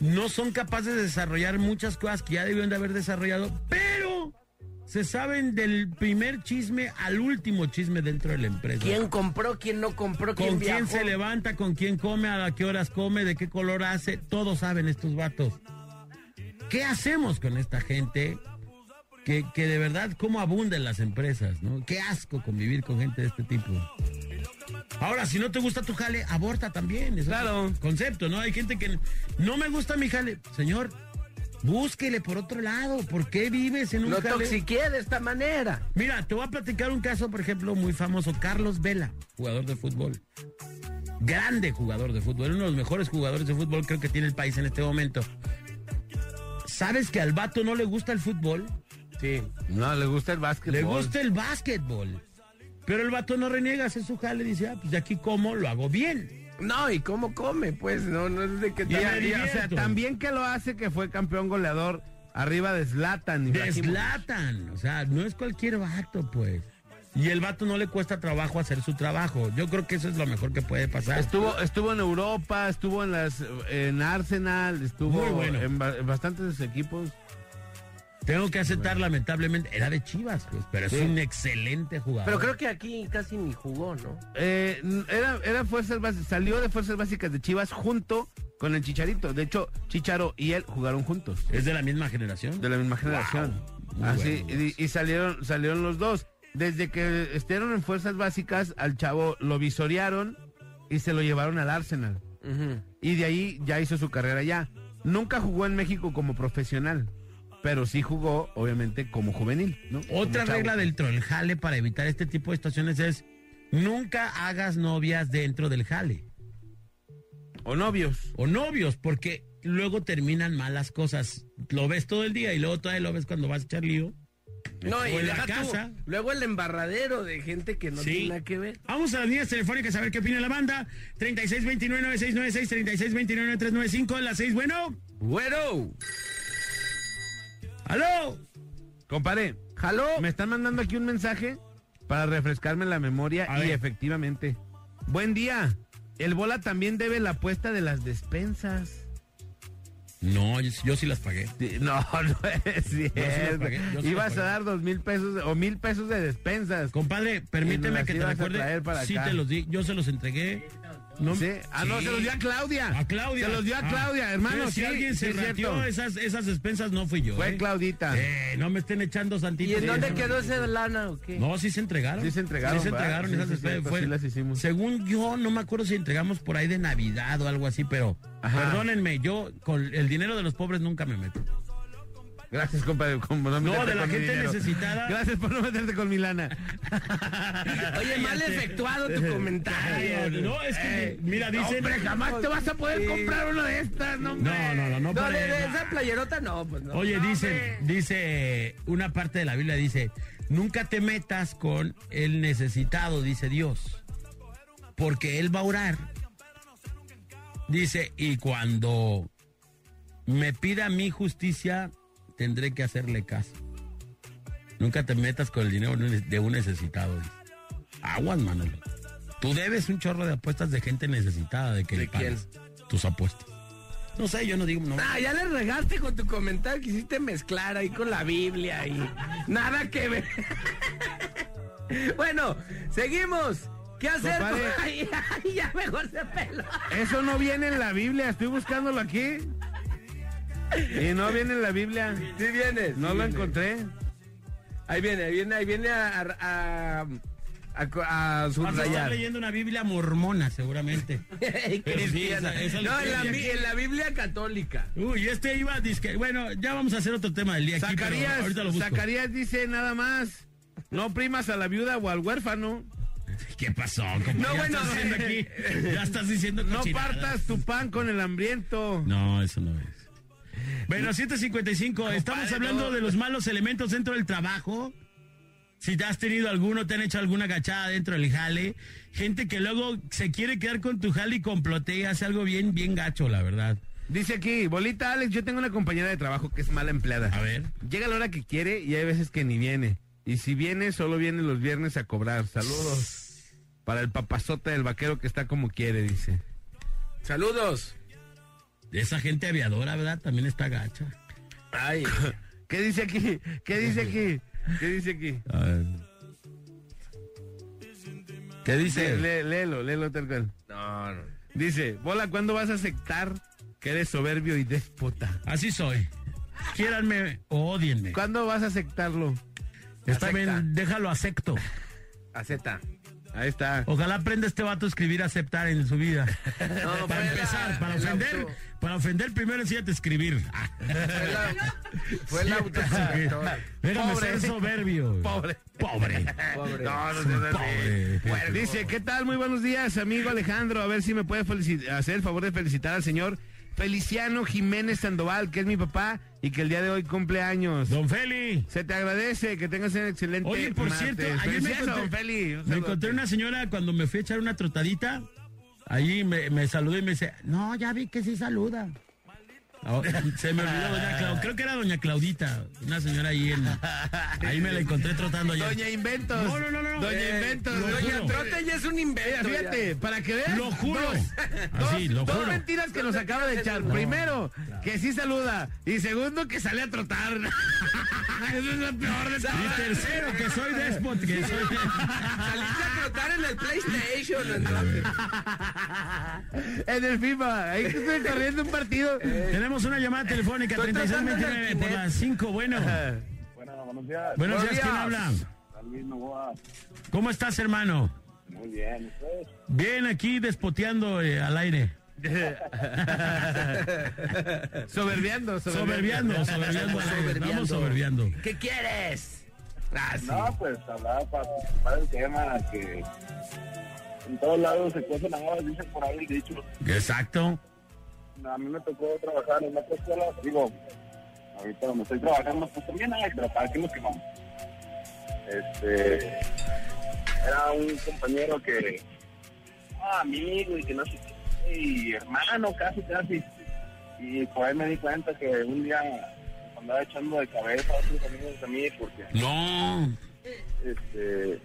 F: no son capaces de desarrollar muchas cosas que ya debieron de haber desarrollado, pero se saben del primer chisme al último chisme dentro de la empresa.
K: ¿Quién compró, quién no compró, quién
F: ¿Con quién
K: viajó?
F: se levanta? ¿Con quién come? ¿A qué horas come? ¿De qué color hace? Todos saben estos vatos. ¿Qué hacemos con esta gente? Que, que de verdad, cómo abundan las empresas, ¿no? Qué asco convivir con gente de este tipo. Ahora, si no te gusta tu jale, aborta también. es
G: Claro.
F: otro Concepto, ¿no? Hay gente que no me gusta mi jale. Señor, búsquele por otro lado. ¿Por qué vives en un
K: Lo
F: jale?
K: toxiqué de esta manera.
F: Mira, te voy a platicar un caso, por ejemplo, muy famoso. Carlos Vela, jugador de fútbol. Grande jugador de fútbol, uno de los mejores jugadores de fútbol creo que tiene el país en este momento. ¿Sabes que al vato no le gusta el fútbol?
G: Sí. No, le gusta el básquet.
F: Le gusta el básquetbol. Pero el vato no reniega, hace su jale, dice, ah, pues de aquí como, lo hago bien.
K: No, ¿y cómo come? Pues no, no es de que
G: Y,
K: tal.
G: y- o sea,
F: divierto.
G: también que lo hace que fue campeón goleador arriba de Zlatan. Ibrahimovic.
F: Deslatan. O sea, no es cualquier vato, pues. Y el vato no le cuesta trabajo hacer su trabajo. Yo creo que eso es lo mejor que puede pasar.
G: Estuvo, estuvo en Europa, estuvo en las en Arsenal, estuvo
F: Muy bueno.
G: en, ba- en bastantes equipos.
F: Tengo que aceptar, lamentablemente, era de Chivas, pues, pero es un excelente jugador.
K: Pero creo que aquí casi ni jugó, ¿no?
G: Eh, n- era, era fuerzas básicas, salió de fuerzas básicas de Chivas junto con el Chicharito. De hecho, Chicharo y él jugaron juntos,
F: es de la misma generación.
G: de la misma generación.
F: Muy
G: Así,
F: bueno,
G: y, y salieron, salieron los dos. Desde que estuvieron en fuerzas básicas, al chavo lo visorearon y se lo llevaron al Arsenal. Y de ahí ya hizo su carrera ya. Nunca jugó en México como profesional, pero sí jugó, obviamente, como juvenil. ¿no?
F: Otra
G: Como chavo.
F: regla del troll jale para evitar este tipo de situaciones es nunca hagas novias dentro del jale
G: O novios.
F: o novios, porque luego terminan malas cosas. Lo ves todo el día y luego todavía lo ves cuando vas a echar lío.
K: No,
F: O
K: y
F: en la
K: deja tú,
F: casa.
K: luego el embarradero de gente que no
F: Sí.
K: tiene nada que ver.
F: Vamos a las líneas telefónicas a ver qué opina la banda. 3629-9696, 3629-395, las 6, bueno.
K: Bueno,
F: ¡Aló!
G: Compare,
K: jaló.
G: me están mandando aquí un mensaje para refrescarme la memoria
F: A
G: y
F: ver.
G: efectivamente. Buen día. El bola también debe la apuesta de las despensas.
F: No, yo, yo sí las pagué.
G: Sí, No, no es cierto.
F: pagué, yo sí la
G: Ibas
F: pagué.
G: a dar dos mil pesos o mil pesos de despensas.
F: Compadre,
G: Y
F: permíteme
G: nos
F: que te
G: ibas a
F: recuerde.
G: traer para
F: Sí
G: acá.
F: te los di, yo se los entregué. No,
G: Sí. Ah, no,
F: sí.
G: se los dio a Claudia.
F: A Claudia.
G: Se los dio a
F: Ah.
G: Claudia, hermano.
F: Pero Si
G: sí,
F: alguien
G: sí
F: se
G: es cierto.
F: rateó esas, esas despensas, no fui yo.
G: Fue
F: ¿eh?
G: Claudita.
F: Eh, no me estén echando santitos.
K: ¿Y en dónde
F: Sí,
K: quedó esa lana o qué?
F: No, sí se entregaron.
G: Sí se entregaron,
F: Sí se
G: ¿verdad?
F: entregaron
G: Sí,
F: esas
G: sí,
F: despensas.
G: cierto,
F: Fue-
G: sí las hicimos.
F: Según yo, no me acuerdo si entregamos por ahí de Navidad o algo así, pero
G: Ajá.
F: perdónenme, yo con el dinero de los pobres nunca me meto.
G: Gracias, compadre. por No, meterte
F: de la
G: con mi
F: gente necesitada.
G: Gracias por no meterte con Milana.
K: Oye, mal efectuado tu comentario. Eh,
F: No, es que mira, dicen.
G: Eh, Hombre, jamás te vas a poder comprar uno de estas, no, hombre.
F: no, no, no, no.
K: No,
F: para
K: de, de
F: nada.
K: esa playerota no, pues no.
F: Oye, dice, dice una parte de la Biblia dice, nunca te metas con el necesitado, dice Dios, porque él va a orar. Dice, y cuando me pida mi justicia, tendré que hacerle caso. Nunca te metas con el dinero de un necesitado. dice. Aguas, Manolo. Tú debes un chorro de apuestas de gente necesitada de que le pagues tus apuestas. No sé, yo no digo... No.
K: Ah, ya le regaste con tu comentario que hiciste mezclar ahí con la Biblia y nada que ver. bueno, seguimos. ¿Qué hacer?
G: Compadre.
K: Ay, ay, ya mejor se peló.
G: Eso no viene en la Biblia, estoy buscándolo aquí. Y no viene en la Biblia.
K: Sí vienes.
G: No
K: sí
G: lo
K: vienes.
G: encontré.
K: Ahí viene, ahí viene, ahí viene a, a, a,
G: Ah,
K: a- a
F: Vas a estar
K: subrayar.
F: leyendo una Biblia mormona, seguramente. Pero sí,
K: Cristiana.
F: esa- esa
K: no, en la,
F: Biblia
K: bi-
F: que-
K: en la Biblia católica.
F: Uy, este iba a disque. Bueno, ya vamos a hacer otro tema del día aquí, pero
G: Zacarías,
F: ahorita lo busco.
G: Zacarías dice nada más. No primas a la viuda o al huérfano.
F: ¿Qué pasó? compadre?
G: No,
F: ya
G: bueno,
F: estás diciendo
G: eh,
F: aquí. Ya estás diciendo
G: No
F: cochinadas.
G: partas tu pan con el hambriento.
F: No, eso no es. Bueno, 755, estamos
G: Compadre,
F: hablando
G: no.
F: de los malos elementos dentro del trabajo. Si te has tenido alguno, te han hecho alguna gachada dentro del jale. Gente que luego se quiere quedar con tu jale y complotea, y hace algo bien, bien gacho, la verdad.
G: Dice aquí, bolita Alex, yo tengo una compañera de trabajo que es mala empleada.
F: A ver.
G: Llega la hora que quiere y hay veces que ni viene. Y si viene, solo viene los viernes a cobrar. Saludos. Para el papazota del vaquero que está como quiere, dice.
K: Saludos.
F: Esa gente aviadora, ¿verdad? También está gacha.
K: Ay.
G: ¿Qué dice aquí? ¿Qué dice aquí? ¿Qué dice aquí?
F: ¿Qué dice?
G: Le- le- léelo, léelo tal cual.
K: No, no.
G: Dice, bola, ¿cuándo vas a aceptar que eres soberbio y déspota?
F: Así soy. Quiéranme o odienme.
G: ¿Cuándo vas a aceptarlo?
F: Está
K: acepta.
F: bien, déjalo acepto.
K: Aceta.
G: Ahí está.
F: Ojalá aprenda este vato a escribir aceptar en su vida.
K: No,
F: para
K: fue
F: empezar,
K: la-
F: para
K: el
F: ofender,
K: auto-
F: para ofender primero enséñate a escribir. Ah,
K: Fue la, fue el auto.
F: Déjame
G: Pobre.
F: ser soberbio.
G: Pobre.
F: Pobre.
K: Pobre.
G: No, no seas así.
F: Pobre.
G: Bueno, dice, ¿qué tal? Muy buenos días, amigo Alejandro. A ver si me puede felici- hacer el favor de felicitar al señor Feliciano Jiménez Sandoval, que es mi papá y que el día de hoy cumple años.
F: Don Feli.
G: Se te agradece, que tengas un excelente
F: Oye, por
G: martes.
F: cierto, ayer me
G: Felicidades a
F: encontré,
G: don Feli. Un
F: me
G: saludote.
F: encontré una señora cuando me fui a echar una trotadita. Allí me, me saludó y me dice, no, ya vi que sí saluda.
G: Oh, se me olvidó doña Clau- Creo que era doña Claudita, una señora ahí en. Ahí me la encontré trotando ayer.
F: Doña Inventos.
G: No, no, no, no.
F: Doña
G: Eh,
F: Inventos.
G: lo
F: Doña
G: juro.
F: Trote.
E: Trote ya es un invento. ya.
F: Fíjate, para que veas.
G: Lo juro.
F: Dos,
G: Así, lo
F: dos
G: juro.
F: mentiras que nos acaba de echar. Primero, que sí saluda. Y segundo, que sale a trotar. Eso es lo peor de todo.
G: Y tercero, que soy despot, que soy.
E: Saliste a trotar en el PlayStation, entonces.
F: En el FIFA. Ahí estoy corriendo un partido.
G: Tenemos una llamada telefónica
E: Estoy tratando de
G: 3629 por
E: alquiler.
G: las 5. Bueno,
A: Bueno, buenos días.
G: buenos
E: Buenos
G: días, ¿quién
E: días.
G: habla?
A: Luis Novoa.
G: ¿Cómo estás, hermano?
A: Muy bien. ¿Ustedes?
G: Bien, aquí despoteando eh, al aire.
F: Soberbiando, soberbiando.
G: Soberbiando, soberbiando. al aire. Vamos soberbiando.
E: ¿Qué quieres? Ah, sí.
A: No, pues hablaba para participar el tema que en todos lados se cuecen las habas, dicen por ahí el dicho.
G: Exacto.
A: A mí me tocó trabajar en otra escuela, digo, ahorita donde estoy trabajando, pues también hay, pero para qué nos quemamos. Este, era un compañero que, ah, amigo y que no sé qué, y hermano casi, casi. Y por ahí me di cuenta que un día andaba echando de cabeza a otros amigos de mí porque
G: No.
A: este,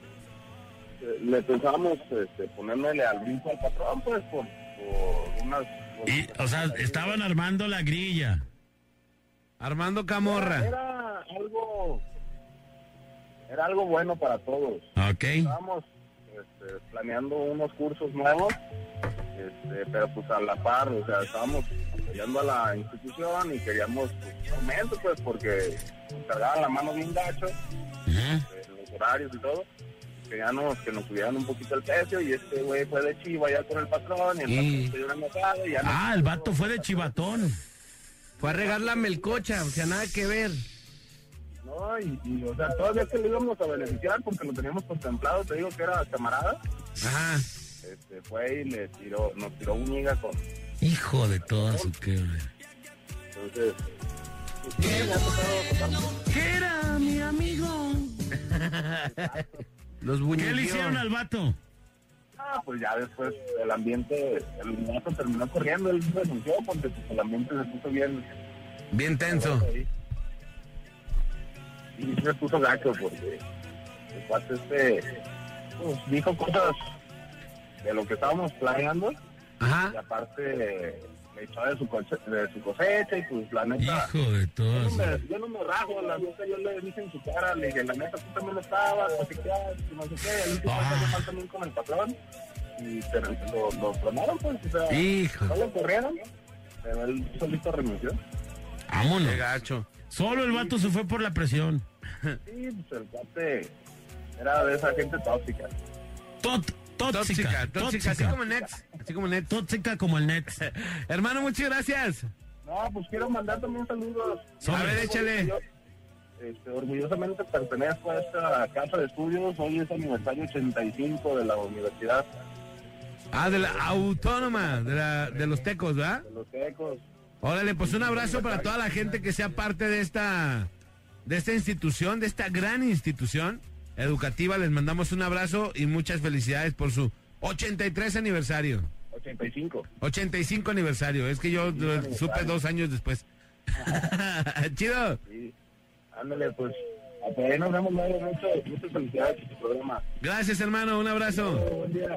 A: le pensábamos este, ponerle al brinco al patrón, pues, por, por unas... por-
G: Y, o sea, estaban armando la grilla.
F: Armando Camorra.
A: Era algo... Era algo bueno para todos.
G: Ok.
A: Estábamos este, planeando unos cursos nuevos, este, pero pues a la par, o sea, estábamos apoyando a la institución y queríamos pues, un aumento, pues, porque nos cargaban la mano bien gacho.
G: Ujú.
A: eh, los horarios y todo, que ya nos, que nos subieran un poquito el precio y este güey fue de chiva ya con el patrón y el
E: Sí.
A: patrón se dio una enojada y ya no-
G: Ah, el vato fue de chivatón.
E: Fue a regar la melcocha, o sea, nada que ver.
A: no, y, y, o sea, todavía que lo íbamos a beneficiar porque lo teníamos contemplado, te digo que era camarada,
E: Ajá.
A: este fue y le tiró, nos tiró un higa con,
G: Hijo de toda su quebra.
A: entonces,
E: ¿Qué era, mi amigo? Los
G: ¿Qué
E: buñuelos.
G: le hicieron al vato?
A: ah, pues ya después el ambiente, el vato terminó corriendo, él renunció porque pues, el ambiente se puso bien,
E: Bien tenso.
A: ahí. Y se puso gacho porque el cuate este pues, dijo cosas de lo que estábamos planeando
E: Ajá.
A: y aparte le echó de su, coche- de su cosecha y pues la neta...
G: Hijo de
A: Yo
G: toda
A: no,
G: su...
A: me, yo no me rajo, la neta yo le dije en su cara, le dije, la neta tú también lo estabas, así que ah, que no sé qué, el último
G: Ah.
A: ah. mal también con el patrón y se, lo, lo tronaron pues, o sea,
E: Hijo.
A: no lo corrieron, pero él solito renunció.
G: Vámonos.
E: Qué gacho.
G: Solo el vato se fue por la presión.
A: Sí, pues el cuate era de esa gente tóxica.
G: Tot,
F: Tóxica,
G: tóxica,
F: tóxica, así como
G: tóxica.
F: Nets, así como Nets.
G: Tóxica como el net.
F: Hermano, muchas gracias.
A: No, pues quiero mandar también saludos.
F: A ver, échale.
A: Yo, este, orgullosamente pertenezco a esta casa de estudios. Hoy es aniversario 85 de la Universidad
F: Ah, de la autónoma, de, la, de los tecos, ¿verdad?
A: de los Tecos.
F: Órale, pues un abrazo para toda la gente que sea parte de esta, de esta institución, de esta gran institución educativa. Les mandamos un abrazo y muchas felicidades por su 83 aniversario.
A: 85.
F: 85 aniversario, es que yo lo supe dos años después. Chido.
A: Sí. Ándale, pues. Hasta ahí nos vemos luego. Muchas, muchas felicidades por tu programa.
F: Gracias, hermano, un abrazo.
A: Buen día.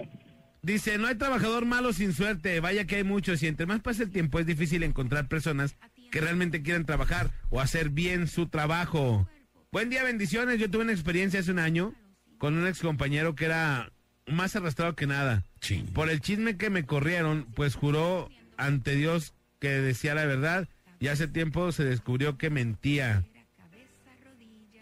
F: Dice, no hay trabajador malo sin suerte, vaya que hay muchos y entre más pasa el tiempo es difícil encontrar personas que realmente quieran trabajar o hacer bien su trabajo. Buen día, bendiciones. Yo tuve una experiencia hace un año con un ex compañero que era más arrastrado que nada.
G: Ching.
F: Por el chisme que me corrieron, pues juró ante Dios que decía la verdad y hace tiempo se descubrió que mentía.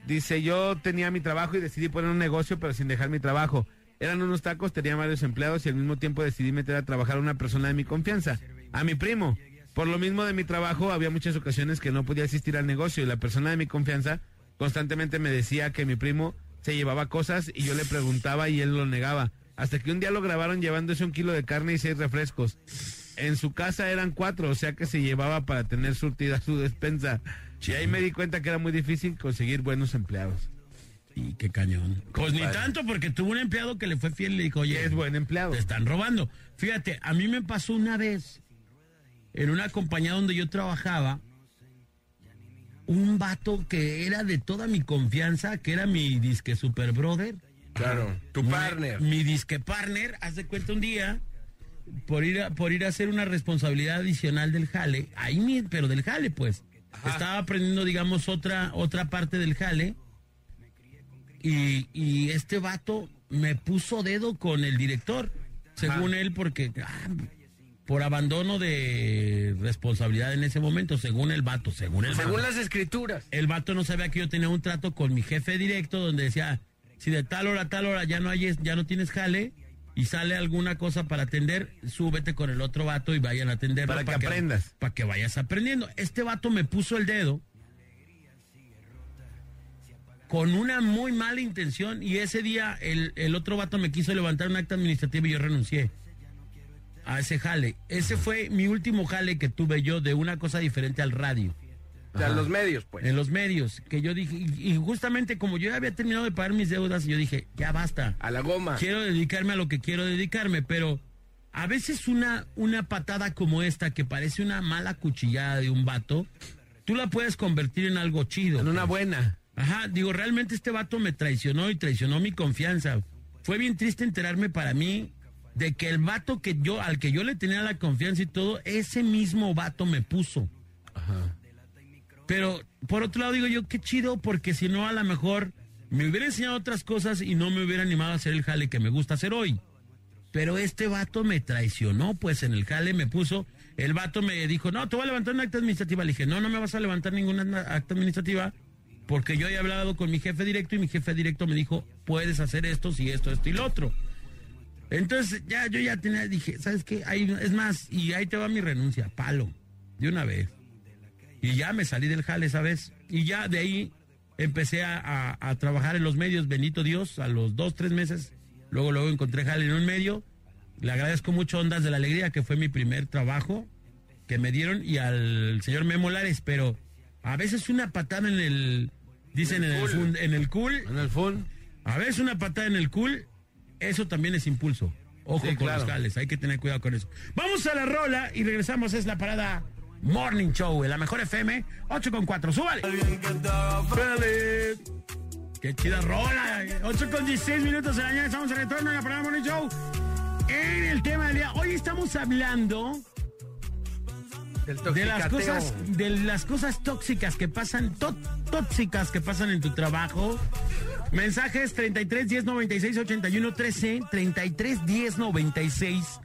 F: Dice, yo tenía mi trabajo y decidí poner un negocio, pero sin dejar mi trabajo. Eran unos tacos, tenía varios empleados y al mismo tiempo decidí meter a trabajar a una persona de mi confianza, a mi primo. Por lo mismo de mi trabajo, había muchas ocasiones que no podía asistir al negocio y la persona de mi confianza constantemente me decía que mi primo se llevaba cosas y yo le preguntaba y él lo negaba. Hasta que un día lo grabaron llevándose un kilo de carne y seis refrescos. En su casa eran cuatro, o sea que se llevaba para tener surtida su despensa. Y ahí me di cuenta que era muy difícil conseguir buenos empleados.
G: Y qué cañón. Pues ni tanto, porque tuvo un empleado que le fue fiel y le dijo,
F: Y
G: oye,
F: es buen empleado.
G: te están robando. Fíjate, a mí me pasó una vez
F: en una compañía donde yo trabajaba, un vato que era de toda mi confianza, que era mi disque super brother.
K: Claro, tu
F: Mi-
K: partner.
F: Mi disque partner, haz de cuenta un día, por ir a, por ir a hacer una responsabilidad adicional del jale, ahí mi- pero del jale pues. Estaba aprendiendo, digamos, otra, otra parte del jale. Y, y este vato me puso dedo con el director, según él, porque ah, por abandono de responsabilidad en ese momento, según el vato, según el
K: Según
F: vato.
K: las escrituras.
F: El vato no sabía que yo tenía un trato con mi jefe directo donde decía, si de tal hora a tal hora ya no hay, ya no tienes jale y sale alguna cosa para atender, súbete con el otro vato y vayan a atenderlo.
G: Para que aprendas.
F: Para que vayas aprendiendo. Este vato me puso el dedo con una muy mala intención y ese día el, el otro vato me quiso levantar un acta administrativa y yo renuncié a ese jale. Ese fue mi último jale que tuve yo de una cosa diferente al radio.
K: O sea, los medios, pues.
F: En los medios, que yo dije, y, y justamente como yo ya había terminado de pagar mis deudas, yo dije, ya basta.
K: A la goma.
F: Quiero dedicarme a lo que quiero dedicarme, pero a veces una, una patada como esta, que parece una mala cuchillada de un vato, tú la puedes convertir en algo chido. pues.
K: En una buena.
F: Ajá, digo, realmente este vato me traicionó y traicionó mi confianza. Fue bien triste enterarme para mí de que el vato que yo, al que yo le tenía la confianza y todo, ese mismo vato me puso. Pero por otro lado digo yo, qué chido, porque si no a lo mejor me hubiera enseñado otras cosas y no me hubiera animado a hacer el jale que me gusta hacer hoy. Pero este vato me traicionó, pues en el jale me puso, el vato me dijo, no, te voy a levantar una acta administrativa. Le dije, no, no me vas a levantar ninguna na- acta administrativa porque yo he hablado con mi jefe directo y mi jefe directo me dijo, puedes hacer esto, si esto, esto y lo otro. Entonces ya yo ya tenía, dije, ¿sabes qué? Ahí, es más, y ahí te va mi renuncia, palo, de una vez. Y ya me salí del jale esa vez. Y ya de ahí empecé a, a- a trabajar en los medios, bendito Dios, a los dos, tres meses. Luego, luego encontré jale en un medio. Le agradezco mucho Ondas de la Alegría, que fue mi primer trabajo que me dieron, y al señor Memo Lares, pero a veces una patada en el, dicen en el, fun- en el cool,
K: En el full.
F: a veces una patada en el cool, eso también es impulso. Ojo
K: Sí,
F: con
K: claro.
F: los jales, hay que tener cuidado con eso. Vamos a la rola y regresamos, es la parada Morning Show, en la mejor FM, 8 con 4, súbale. Súbale. Qué chida rola, 8 con 16 minutos de la mañana, estamos de retorno en la parada Morning Show. En el tema del día, hoy estamos hablando
K: Del
F: de las
K: toxicateo.
F: cosas de las cosas tóxicas que pasan tó- tóxicas que pasan en tu trabajo mensajes 33 10 96 81 13 33 10 96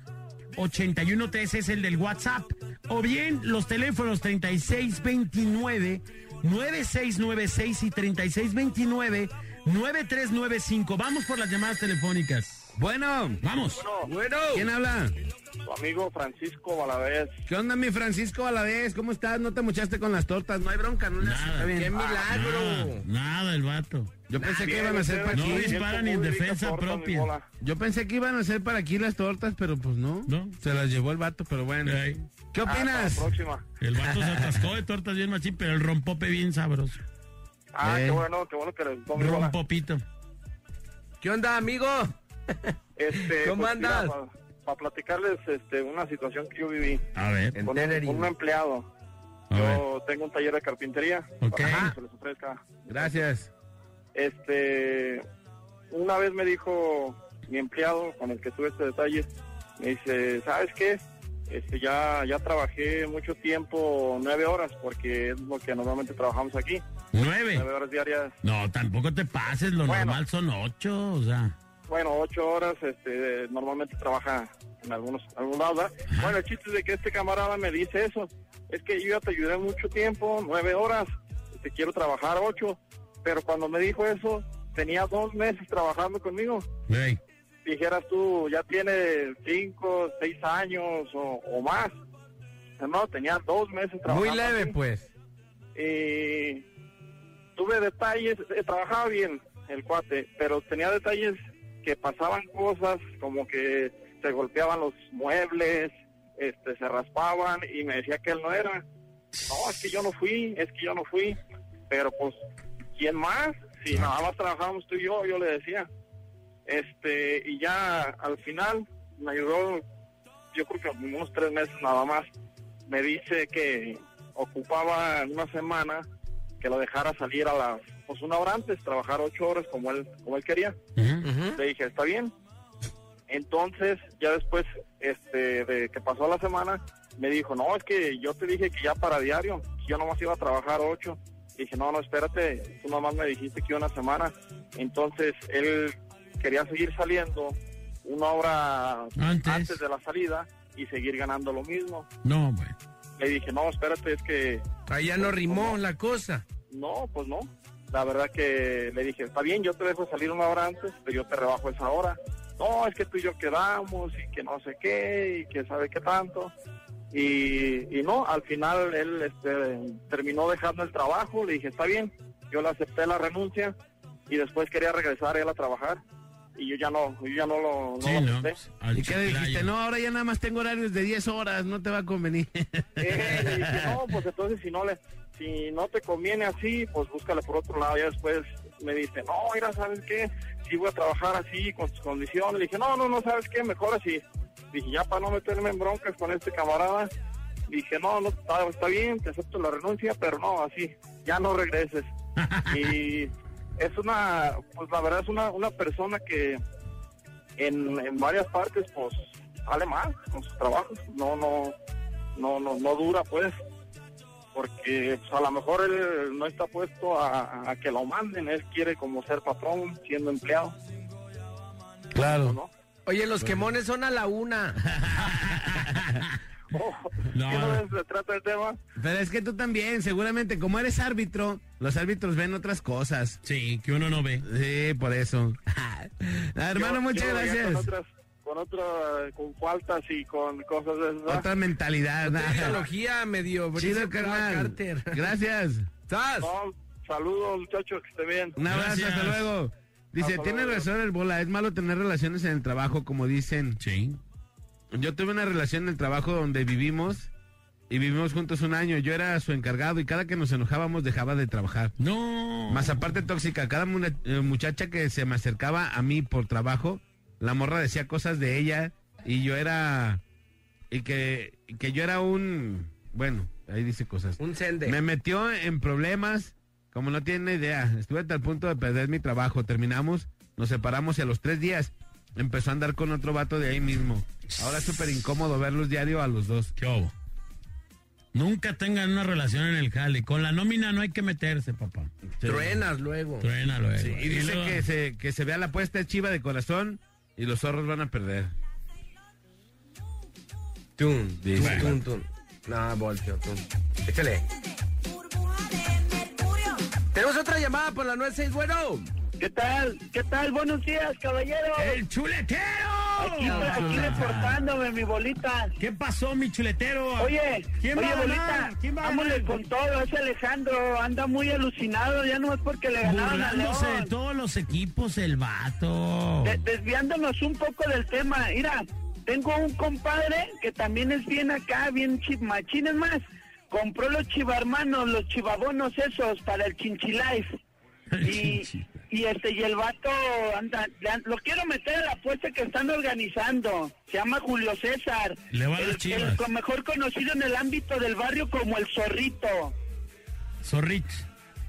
F: 81 13 es el del WhatsApp o bien los teléfonos 36 29 9696 y 36 29 9395 vamos por las llamadas telefónicas
G: Bueno,
F: vamos
K: Bueno.
G: ¿quién habla?
P: Tu amigo Francisco Valadez.
G: ¿Qué onda, mi Francisco Alavés? ¿Cómo estás? No te muchaste con las tortas, no hay bronca, no le haces, está bien.
K: Qué milagro.
F: Ah, nada, nada el vato
G: Yo pensé que
P: Bien,
G: iban a ser
P: ustedes,
G: para
F: no
G: aquí.
P: bien,
F: disparan en
P: como ubica
F: defensa
P: torta, mi
F: propia.
P: bola.
G: Yo pensé que iban a ser para aquí las tortas, pero pues no.
F: No.
G: Se las llevó el vato, pero bueno.
F: Ey.
G: ¿Qué
P: Hasta la
G: opinas?
P: próxima.
F: El vato se atascó de tortas bien machín, pero el rompope bien sabroso.
P: Ah,
G: Eh.
P: qué bueno, qué bueno que les gustó mi bola.
F: Rompopito.
K: ¿Qué onda, amigo?
P: Este,
K: ¿Cómo andas?
P: Para platicarles este, una situación que yo viví
F: A ver,
P: con
K: Tenerife.
P: un empleado.
F: a ver.
P: Yo tengo un taller de carpintería.
F: Ok.
P: Para que se les ofrezca.
G: Gracias.
P: Este, una vez me dijo mi empleado con el que tuve este detalle, me dice, ¿sabes qué? Este, ya, ya trabajé mucho tiempo, nueve horas, porque es lo que normalmente trabajamos aquí, nueve
F: Nueve.
P: horas diarias,
F: No, tampoco te pases, lo
P: Bueno.
F: normal son ocho, o sea.
P: bueno, ocho horas, este, normalmente trabaja en algunos, algún lado, ¿verdad? Bueno, el chiste es de que este camarada me dice eso, es que yo ya te ayudé mucho tiempo, nueve horas, te quiero trabajar ocho, pero cuando me dijo eso, tenía dos meses trabajando conmigo.
F: Ey,
P: dijeras tú, ya tiene cinco, seis años o, o más. No, tenía dos meses trabajando.
K: Muy leve,
P: aquí.
K: pues.
P: Y Eh, tuve detalles, eh, trabajaba bien el cuate, pero tenía detalles que pasaban cosas como que se golpeaban los muebles, este, se raspaban y me decía que él no era. No, es que yo no fui, es que yo no fui. Pero pues, ¿quién más? Si nada más trabajábamos tú y yo, yo le decía. Este, y ya al final me ayudó, yo creo que unos tres meses nada más. me dice que ocupaba una semana que lo dejara salir a las, pues una hora antes, trabajar ocho horas como él, como él quería. Le dije, está bien. Entonces, ya después este, de que pasó la semana, me dijo, no, es que yo te dije que ya para diario, que yo nomás iba a trabajar ocho. Dije, no, no, espérate, tú nomás me dijiste que una semana. Entonces, él quería seguir saliendo una hora
Q: Antes.
P: antes de la salida y seguir ganando lo mismo.
Q: No, bueno.
P: Le dije, no, espérate, es que
K: Ahí ya no rimó la cosa.
P: no, pues no. La verdad que le dije, está bien, yo te dejo salir una hora antes, pero yo te rebajo esa hora. No, es que tú y yo quedamos y que no sé qué y que sabe qué tanto. Y, y no, al final él este, terminó dejando el trabajo, le dije, está bien, yo le acepté la renuncia y después quería regresar él a trabajar y yo ya no, yo ya no lo, no lo acepté.
G: ¿Y qué le dijiste? No, ahora ya nada más tengo horarios de 10 horas, no te va a convenir.
P: Eh, le dije, no, pues entonces si no le, si no te conviene así, pues búscale por otro lado. Ya después me dice, no, mira, ¿sabes qué? Si voy a trabajar así, con tus condiciones. Le dije, no, no, no, ¿sabes qué? Mejor así. Dije, ya para no meterme en broncas con este camarada, dije, no, no, está, está bien, te acepto la renuncia, pero no, así, ya no regreses. y es una, pues la verdad es una, una persona que en, en varias partes, pues, sale mal con sus trabajos. No, no, no, no, no dura, pues, porque pues, a lo mejor él no está puesto a, a que lo manden, él quiere como ser patrón, siendo empleado.
K: Claro. Oye, los quemones son a la una.
P: Oh,
G: No.
P: ¿sí no se trata el tema?
G: Pero es que tú también, seguramente, como eres árbitro, los árbitros ven otras cosas.
F: Sí, que uno no ve.
G: Sí, por eso. Ah, hermano,
P: Yo-
G: muchas
P: yo ya Con
G: gracias.
P: otras, con otra- con faltas y con cosas de esas. ¿verdad?
G: Otra mentalidad.
K: Una
G: nada.
K: ideología medio brisa
G: Chido,
K: Clara
G: carnal.
K: Carter.
G: Gracias.
K: ¿Estás?
P: No, saludos, muchachos, que esté bien.
G: Un abrazo,
F: Gracias.
G: hasta luego. Dice,
P: Hasta
G: tiene
P: luego.
G: razón el bola, es malo tener relaciones en el trabajo, como dicen.
F: Sí.
G: Yo tuve una relación en el trabajo donde vivimos y vivimos juntos un año. Yo era su encargado y cada que nos enojábamos dejaba de trabajar.
F: No.
G: Más aparte tóxica, cada mu- eh, muchacha que se me acercaba a mí por trabajo, la morra decía cosas de ella y yo era... Y que, y que yo era un... Bueno, ahí dice cosas.
K: Un sende.
G: Me metió en problemas, como no tiene idea. Estuve hasta el punto de perder mi trabajo. Terminamos, nos separamos y a los tres días empezó a andar con otro vato de ahí mismo. Ahora es súper incómodo verlos diario a los dos.
F: ¿Qué hubo? Nunca tengan una relación en el jale. Con la nómina no hay que meterse, papá.
K: Truenas luego.
F: Truénalo, eh,
G: Sí,
F: güey.
G: y dice
F: luego-
G: que se, que se vea la apuesta de chiva de corazón y los zorros van a perder.
K: Tum, tum,
G: Dice.
K: tum, tum. No, volteo, tum. Échale. Tenemos otra llamada por la 96, bueno.
E: ¿Qué tal? ¿Qué tal? Buenos días, caballero.
F: ¡El
E: Aquí,
F: chuletero!
E: aquí reportándome, mi bolita.
F: ¿Qué pasó, mi chuletero?
E: Oye,
F: ¿quién
E: oye,
F: va a
E: bolita,
F: ganar? ¿Quién va a
E: vámonos
F: ganar?
E: con todo. Ese Alejandro anda muy alucinado, ya no es porque le ganaron a
F: Burlándose de
E: León.
F: todos los equipos, el vato.
E: De- desviándonos un poco del tema, mira, tengo un compadre que también es bien acá, bien chi- machín, es más, compró los chivarmanos, los chivabonos esos para el chinchilife.
F: El
E: Y,
F: chinchi.
E: y este y el vato anda, le an- lo quiero meter a la apuesta que están organizando. Se llama Julio César.
F: Le va a
E: el,
F: las Chivas.
E: el co- mejor conocido en el ámbito del barrio como el zorrito.
F: Zorrich.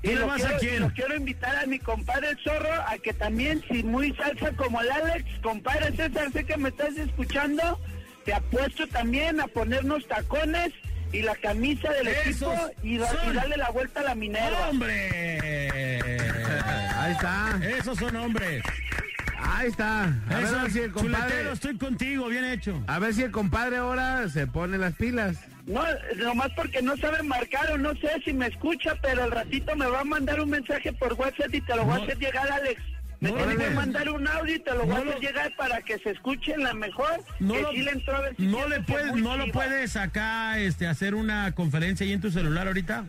F: ¿Tú
E: Y
F: le
E: lo
F: vas a
E: quiero-
F: quién?
E: lo quiero invitar a mi compadre el Zorro a que también, si muy salsa como el Alex, compadre César, sé que me estás escuchando, te apuesto también a ponernos tacones y la camisa del
F: Esos
E: equipo y, da- y
F: son-
E: darle la vuelta a la minera.
F: ¡Hombre!
G: Ahí está,
F: Esos son hombres.
G: ahí está. A ver, a ver
F: Esos,
G: si el compadre,
F: chuletero, estoy contigo, bien hecho.
G: a ver si el compadre ahora se pone las pilas.
E: No, nomás porque no saben marcar o no sé si me escucha, pero al ratito me va a mandar un mensaje por WhatsApp y te lo voy
F: No.
E: a hacer llegar, Alex. Me
F: No,
E: tiene que
F: Alex.
E: mandar un audio y te lo voy
F: No
E: a hacer
F: lo-
E: llegar para que se escuche la mejor.
F: No
E: que
F: lo,
E: sí le entró a ver si
F: no le
E: siente que
F: puedes,
E: muy
F: no lo
E: chiva.
F: puedes acá este, hacer una conferencia ahí en tu celular ahorita.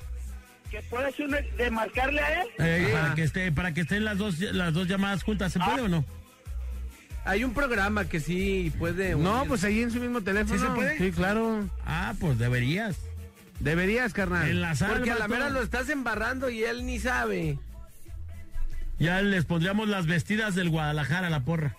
E: ¿Que puedes una- de marcarle a él?
F: Eh, para que esté, para que estén las dos, las dos llamadas juntas,
E: Ah.
F: ¿se puede o no?
K: Hay un programa que sí puede.
G: No,
K: unir.
G: pues ahí en su mismo teléfono.
K: ¿Sí se puede?
G: Sí, claro.
F: Ah, pues deberías.
G: Deberías, carnal.
F: Enlazar.
K: Porque a la
F: vato.
K: mera lo estás embarrando y él ni sabe.
F: Ya les pondríamos las vestidas del Guadalajara a la porra.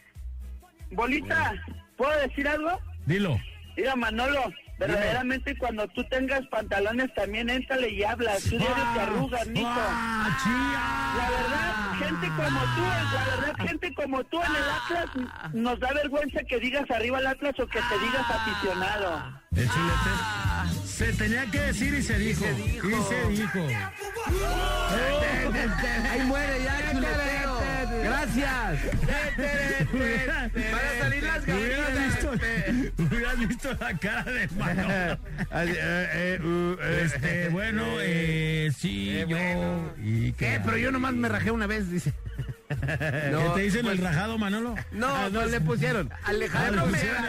E: Bolita, ¿puedo decir algo?
F: Dilo.
E: Mira, Manolo, Verdaderamente cuando tú tengas pantalones también éntale y hablas. Tú diario te arrugas, Nico.
P: Ah.
E: La verdad, gente como tú, la verdad, gente como tú en el Atlas nos da vergüenza que digas arriba el Atlas o que te digas aficionado.
F: El chulete se tenía que decir y se dijo. Y se dijo.
G: Ahí muere ya, chuleteo. Gracias. Van a salir las
F: Hubieras
G: gallinas.
F: visto, hubieras visto la cara de Manolo.
G: eh, uh,
F: Este, bueno, eh, sí, yo. y que-
P: Eh, pero yo nomás me rajé una vez, dice.
F: ¿Qué te dicen el rajado, Manolo?
G: No,
P: Ah, no
G: pues,
P: le pusieron.
G: Alejandro
F: Ah, le
G: me.
F: pusieron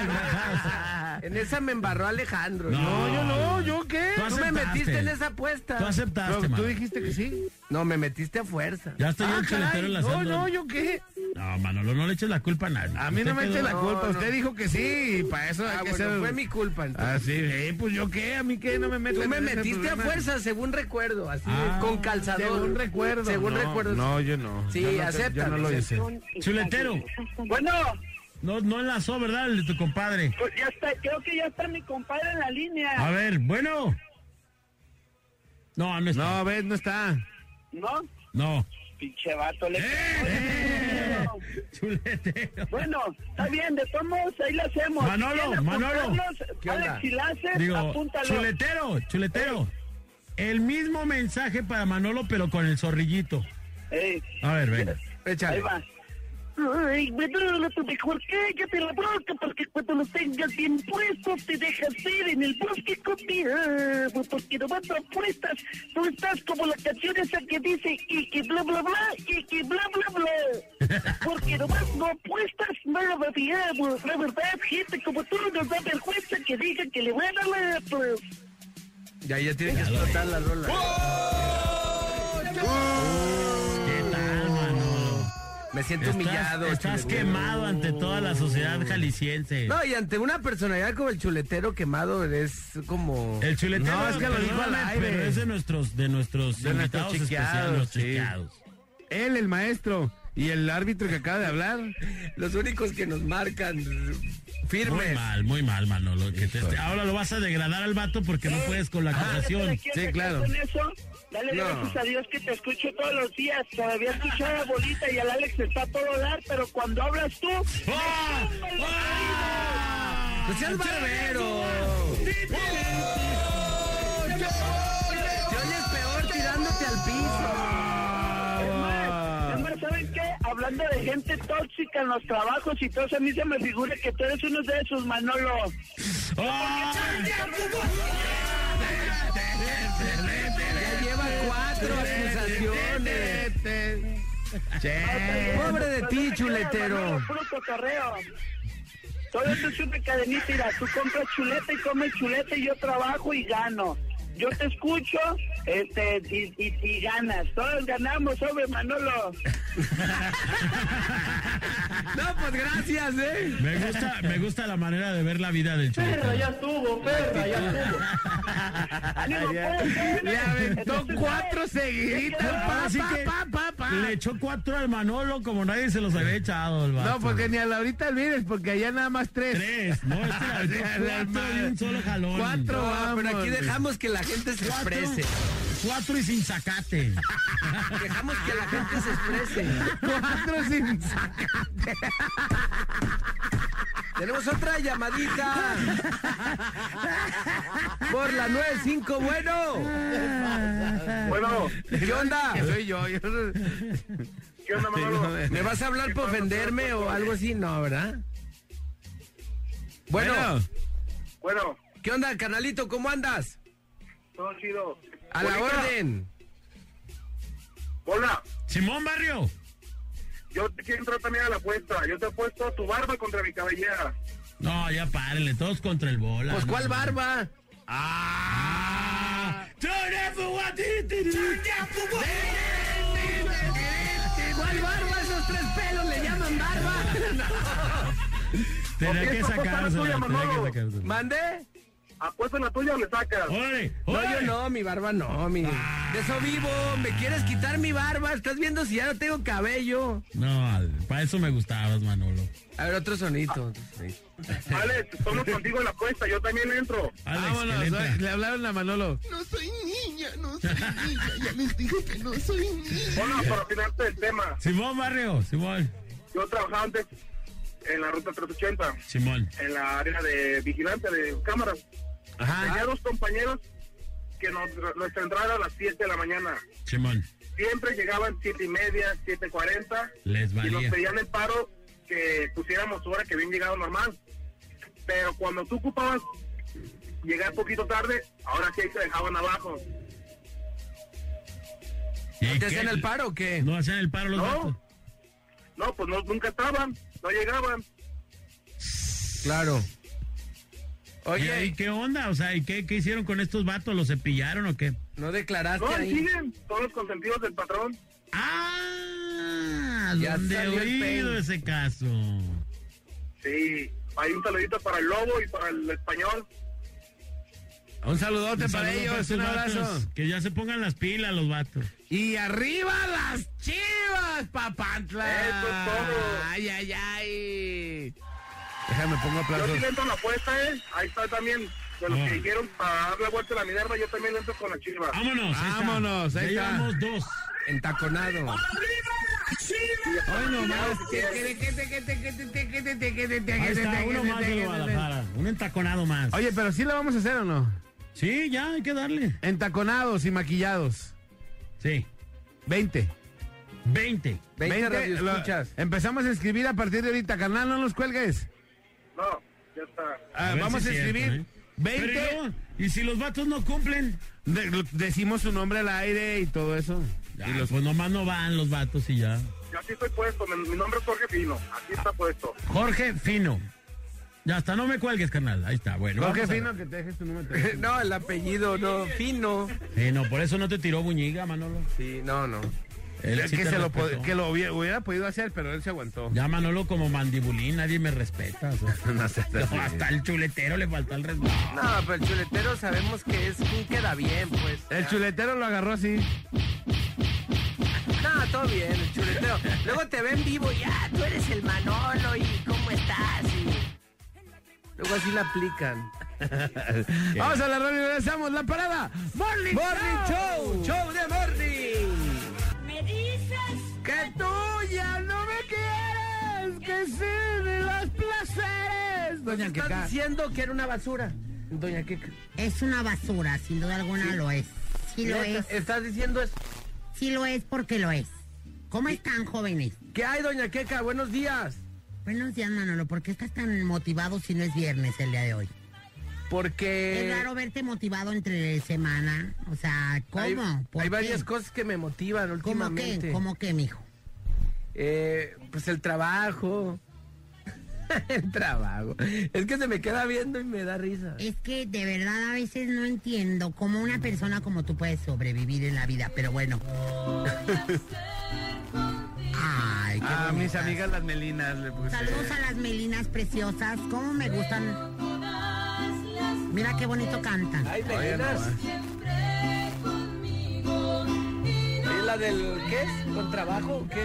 G: En esa me embarró Alejandro.
F: No, yo no,
P: ¿yo qué?
G: Tú,
F: Tú
G: me
F: aceptaste.
G: metiste en esa apuesta.
F: Tú aceptaste,
P: Pero tú
F: Manolo.
P: dijiste que sí.
G: No, me metiste a fuerza.
F: Ya estoy yo
P: Ah,
F: el
P: caray,
F: chuletero en la
P: No,
F: sangre.
P: no, ¿yo qué?
F: No, Manolo, no le eches la culpa a nadie.
P: A mí
F: Usted
P: no me
F: quedó-
P: eche la
G: No,
P: culpa.
G: no.
P: Usted dijo que sí. y Para eso hay
G: Ah,
P: que
G: bueno,
P: ser.
G: fue mi culpa. entonces.
P: Ah, sí, eh, pues yo qué, a mí qué, no me meto
G: Tú me
P: en ese
G: metiste a
P: problema.
G: fuerza, según recuerdo, así,
F: Ah.
G: con calzador.
P: Según recuerdo.
G: Según
P: no,
G: recuerdo.
P: No, yo no.
G: Sí,
P: Yo no te-
G: acepta.
P: Yo no lo hice.
F: Chuletero,
E: Bueno,
F: no, no enlazó, ¿verdad? El de tu compadre.
E: pues ya está, creo que ya está mi compadre en la
F: A
E: línea.
F: ver, bueno. No, no
P: No,
F: está.
P: a ver, Pues no está.
E: ¿No?
F: No.
E: Pinche vato,
F: ¡Eh!
E: le...
P: Eh,
F: Chuletero.
E: Bueno, está bien, de todos modos, ahí lo hacemos.
F: Manolo,
E: Si quieren
F: Manolo.
E: apuntarnos,
G: ¿Qué
E: Alex,
G: onda?
E: si la haces,
F: Digo,
E: apúntalo.
F: chuletero, chuletero. El mismo mensaje para Manolo, pero con el zorrillito.
E: Ey,
F: A ver, venga.
E: Eh, ahí
G: Échale.
E: va. Ay, Manolo, tú mejor cállate la boca, porque cuando los tengas bien puestos te dejas ver en el bosque con diablo, porque nomás no apuestas, tú estás como la canción esa que dice y que bla bla bla, y que bla bla bla, porque nomás no apuestas nada, diablo, la verdad, gente como tú nos da vergüenza que digan que le van a la Atlas.
G: Ya, ya tiene que explotar la rola.
F: ¿Qué tal, Manolo?
G: Me siento
F: Estás-
G: humillado.
F: Estás
G: chuletero.
F: quemado ante toda la sociedad jalisciense.
G: No, y ante una personalidad como el chuletero quemado es como...
F: El chuletero.
P: No, es que lo dijo
F: perdóname,
P: al aire.
F: Pero es de nuestros, de nuestros
P: De nuestros
F: invitados
P: chiqueados,
F: especiales, los
P: sí.
F: chiqueados.
P: Él, el maestro. Y el árbitro que acaba de hablar.
G: Los únicos que nos marcan
F: Muy
P: Pues.
G: firmes.
F: mal, muy mal, Manolo. que te- ahora lo vas a degradar al vato porque no puedes
R: Ah,
E: Ah,
P: Ah,
F: con la acusación.
P: Sí, claro.
E: Con eso, dale
G: No.
E: gracias a Dios que te escucho todos los días. Todavía escucho a la bolita y al Alex está a todo dar, pero cuando hablas tú. me
F: ¡Ah!
E: zumba en la
F: ¡Ah!
G: ¡No Pues seas barbero! Te oyes peor tirándote al piso.
E: Es más, es más, ¿saben qué? Hablando de gente tóxica en los trabajos y todo, eso, a mí se me figura que tú eres uno de esos, Manolo.
F: ¡Ah!
G: Ya lleva cuatro acusaciones.
P: Che.
G: Pobre de
E: No
G: ti,
E: te creas,
G: chuletero.
E: Manolo, Puro cotorreo. Todo esto es una cadenita, mira, tú compras chuleta y comes chuleta y yo trabajo y gano. Yo te escucho este, y, y- y ganas. Todos ganamos, hombre, Manolo.
G: No, pues gracias, ¿eh?
F: Me gusta, me gusta la manera de ver la vida del chuletero.
E: estuvo, perra, ya estuvo. Ánimo, pues, eh.
P: Le aventó
E: Entonces,
P: cuatro seguiditas. Pa,
F: Así
P: pa,
F: que
P: pa, pa, pa.
F: Le echó cuatro al Manolo como nadie se los había echado. El vato.
P: No, porque ni a Laurita olvides, porque allá nada más tres.
F: Tres, no, este le aventó cuatro de un solo jalón.
P: Cuatro,
G: No, pero
P: vamos.
G: aquí dejamos que la gente se
F: Cuatro,
G: exprese.
F: cuatro y sin sacate.
G: Dejamos que la gente se exprese.
P: Cuatro sin saca.
G: Tenemos otra llamadita. Por la 95, bueno.
A: Bueno,
G: ¿Qué onda?
P: Soy yo. yo no-
A: ¿qué onda, Manolo?
G: ¿Me vas a hablar por ofenderme o algo así? No, ¿verdad? Bueno,
P: Bueno,
A: Bueno,
G: ¿qué onda, canalito? ¿Cómo andas?
A: todo chido.
G: A la
A: Bonita,
G: orden.
A: Hola,
F: Simón Barrio.
A: yo te quiero entrar también a la apuesta. Yo te apuesto tu barba contra mi cabellera.
F: No, ya párenle, todos contra el bola.
G: Pues,
F: no,
G: ¿cuál
F: no.
G: barba?
F: Ah. Turn up for what it is.
G: ¿Cuál barba? Esos tres pelos le llaman barba.
F: Tenía que
A: Empieza a apostar
F: sacársela, tenía
A: tuya,
F: que
A: Manolo.
F: sacársela.
G: ¿Mandé?
A: Apuesta la tuya o le sacas.
G: No, yo no, mi barba no, mi. De eso vivo, me quieres quitar mi barba. Estás viendo si ya no tengo cabello.
K: No, al- para eso me gustabas, Manolo.
G: A ver, otro sonito.
A: Alex, estamos contigo en la apuesta, yo también entro.
F: Ah, Vámonos, oye, le hablaron a Manolo.
E: No soy niña, no soy niña. Ya les dije que no soy niña.
A: Hola, para finalizar el tema,
K: Simón Barrio, Simón.
A: yo trabajaba antes en la ruta 380,
K: Simón.
A: en la área de vigilancia de cámaras. Tenía dos compañeros que nos, nos entraron a las 7 de la mañana.
K: Simón.
A: Siempre llegaban 7 y media, 7.40
K: Les
A: y nos
K: valía.
A: pedían el paro que pusiéramos hora que bien llegado normal. Pero cuando tú ocupabas llegar poquito tarde, ahora sí ahí te dejaban abajo.
K: ¿Y
G: ¿Te hacían el paro o qué?
K: No hacían el paro los vatos.
A: No, pues no, nunca estaban, no llegaban.
G: Claro.
K: Oye. ¿Y qué onda? O sea, ¿y qué, qué hicieron con estos vatos? ¿Los cepillaron o qué?
G: No declaraste
A: No, ahí
G: ahí.
A: siguen todos los consentidos del patrón.
K: Ah,
A: Ya
K: ¿dónde he
A: salió el
K: oído
A: peine.
K: ese caso?
A: Sí, hay un saludito para el lobo y para el español.
F: Un saludote
K: Un
F: para
K: saludo
F: ellos,
K: esos
F: un abrazo.
K: vatos, Que ya se pongan las pilas los vatos.
F: Y arriba las chivas, papantla.
A: Eso es todo.
F: Ay, ay, ay.
G: Déjame pongo
A: Yo sí le entro a la apuesta, ¿eh? Ahí está también. De los que dijeron para dar la vuelta a la minerva, yo también le entro con la chiva.
K: Vámonos, ahí está. Ya llevamos dos.
G: Entaconado.
K: Ay, no más. Ahí está, uno más de Guadalajara. Un entaconado más.
F: Oye, pero sí la vamos a hacer o no?
K: Sí, ya, hay que darle.
F: Entaconados y maquillados.
K: Sí.
F: 20.
K: 20.
F: 20,
G: radioescuchas.
F: lo- empezamos a escribir a partir de ahorita, carnal, no nos cuelgues.
A: No, ya está.
F: Ah,
K: A ver
F: vamos
K: si
F: a
K: es cierto,
F: escribir
K: ¿eh?
F: 20.
K: Pero, ¿y luego? ¿Y si los vatos no cumplen?
F: De- decimos su nombre al aire y todo eso.
K: y los... Pues nomás no van los vatos y ya.
A: Yo aquí estoy puesto, mi, mi nombre es Jorge Pino. Aquí está puesto.
K: Jorge Fino. Ya hasta no me cuelgues, carnal. Ahí está, bueno.
F: Jorge
K: vamos a
F: Fino, que te dejes tu número.
G: No, el apellido, no. Fino.
K: ver. Sí, no, por eso no te tiró Buñiga, Manolo.
G: Sí, no, no.
K: Él
F: Es
K: sí
F: que,
K: te
F: se lo,
K: respetó.
F: pod- que lo hubiera, hubiera podido hacer, pero él se aguantó.
K: Ya Manolo como mandibulín, nadie me respeta. o sea. No, hasta el chuletero le faltó el respeto.
G: No, pero el chuletero sabemos que es un queda bien, pues.
F: El chuletero lo agarró así.
G: No, todo bien, el chuletero. Luego te ven vivo y ah, tú eres el Manolo y cómo estás. y- Luego así la aplican.
F: Vamos a la radio y regresamos. La parada. Morning,
G: Morning
F: Show.
G: Show, show de morning.
E: Me dices
G: Que tú ya no me quieres, que sí de los placeres. Doña Queca. diciendo que era una basura. Doña Queca.
R: Es una basura, sin duda alguna lo es. Sí lo
G: Neta,
R: es.
G: ¿Estás diciendo eso?
R: Sí lo es porque lo es. ¿Cómo están, jóvenes?
G: ¿Qué hay, doña Queca? Buenos días.
R: Buenos días, Manolo. ¿Por qué estás tan motivado si no es viernes el día de hoy?
G: Porque...
R: Es raro verte motivado entre semana. O sea, ¿cómo?
G: Eh, Hay,
R: ¿Por
G: hay
R: qué?
G: varias cosas que me motivan
R: ¿Cómo qué?
G: últimamente.
R: ¿Cómo qué, mijo?
G: Eh, pues el trabajo. el trabajo. Es que se me queda viendo y me da risa.
R: Es que de verdad a veces no entiendo cómo una persona como tú puede sobrevivir en la vida, pero bueno. Ay, qué
F: A Ah, mis
R: bonitas.
F: amigas las melinas. le puse.
R: Saludos a las melinas preciosas. ¿Cómo me gustan? Mira qué bonito cantan.
G: Ay, melinas. ¿Es la del qué es? ¿Con trabajo o qué?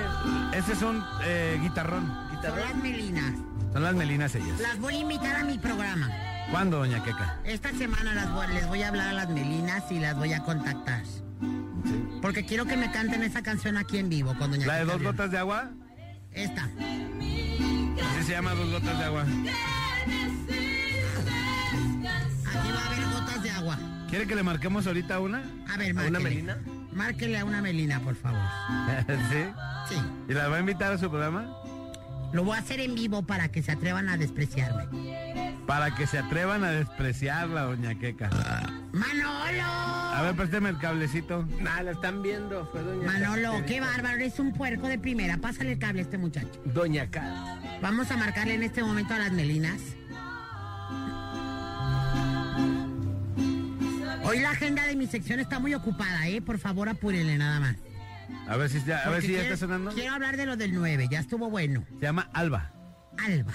F: Este es un eh, guitarrón.
R: Son las melinas.
F: Son las melinas ellas.
R: Las voy a invitar a mi programa.
F: ¿Cuándo, doña Queca?
R: Esta semana las voy- les voy a hablar a las melinas y las voy a contactar. Porque quiero que me canten esa canción aquí en vivo con Doña
F: ¿La de
R: Queca
F: dos
R: León.
F: gotas de agua?
R: Esta.
F: Así se llama dos gotas de agua.
R: Aquí va a haber gotas de agua.
F: ¿Quiere que le marquemos ahorita una?
R: A ver,
F: ¿A una
R: márquele.
F: melina?
R: Márquele a una melina, por favor.
F: ¿Sí?
R: Sí.
F: ¿Y la va a invitar a su programa?
R: Lo voy a hacer en vivo para que se atrevan a despreciarme.
F: Para que se atrevan a despreciarla, doña Queca.
R: ¡Manolo!
F: A ver, présteme el cablecito.
G: Nah, Ah, la están viendo. Fue doña
R: Manolo,
G: Caterina.
R: qué bárbaro, es un puerco de primera. Pásale el cable a este muchacho.
G: Doña Cat.
R: Vamos a marcarle en este momento a las melinas. Hoy la agenda de mi sección está muy ocupada, ¿eh? Por favor, apúrenle nada más.
F: A ver si ya, a ver
R: Porque
F: si ya
R: quiero-
F: está sonando.
R: Quiero hablar de lo del 9, ya estuvo bueno.
F: Se llama Alba.
R: Alba.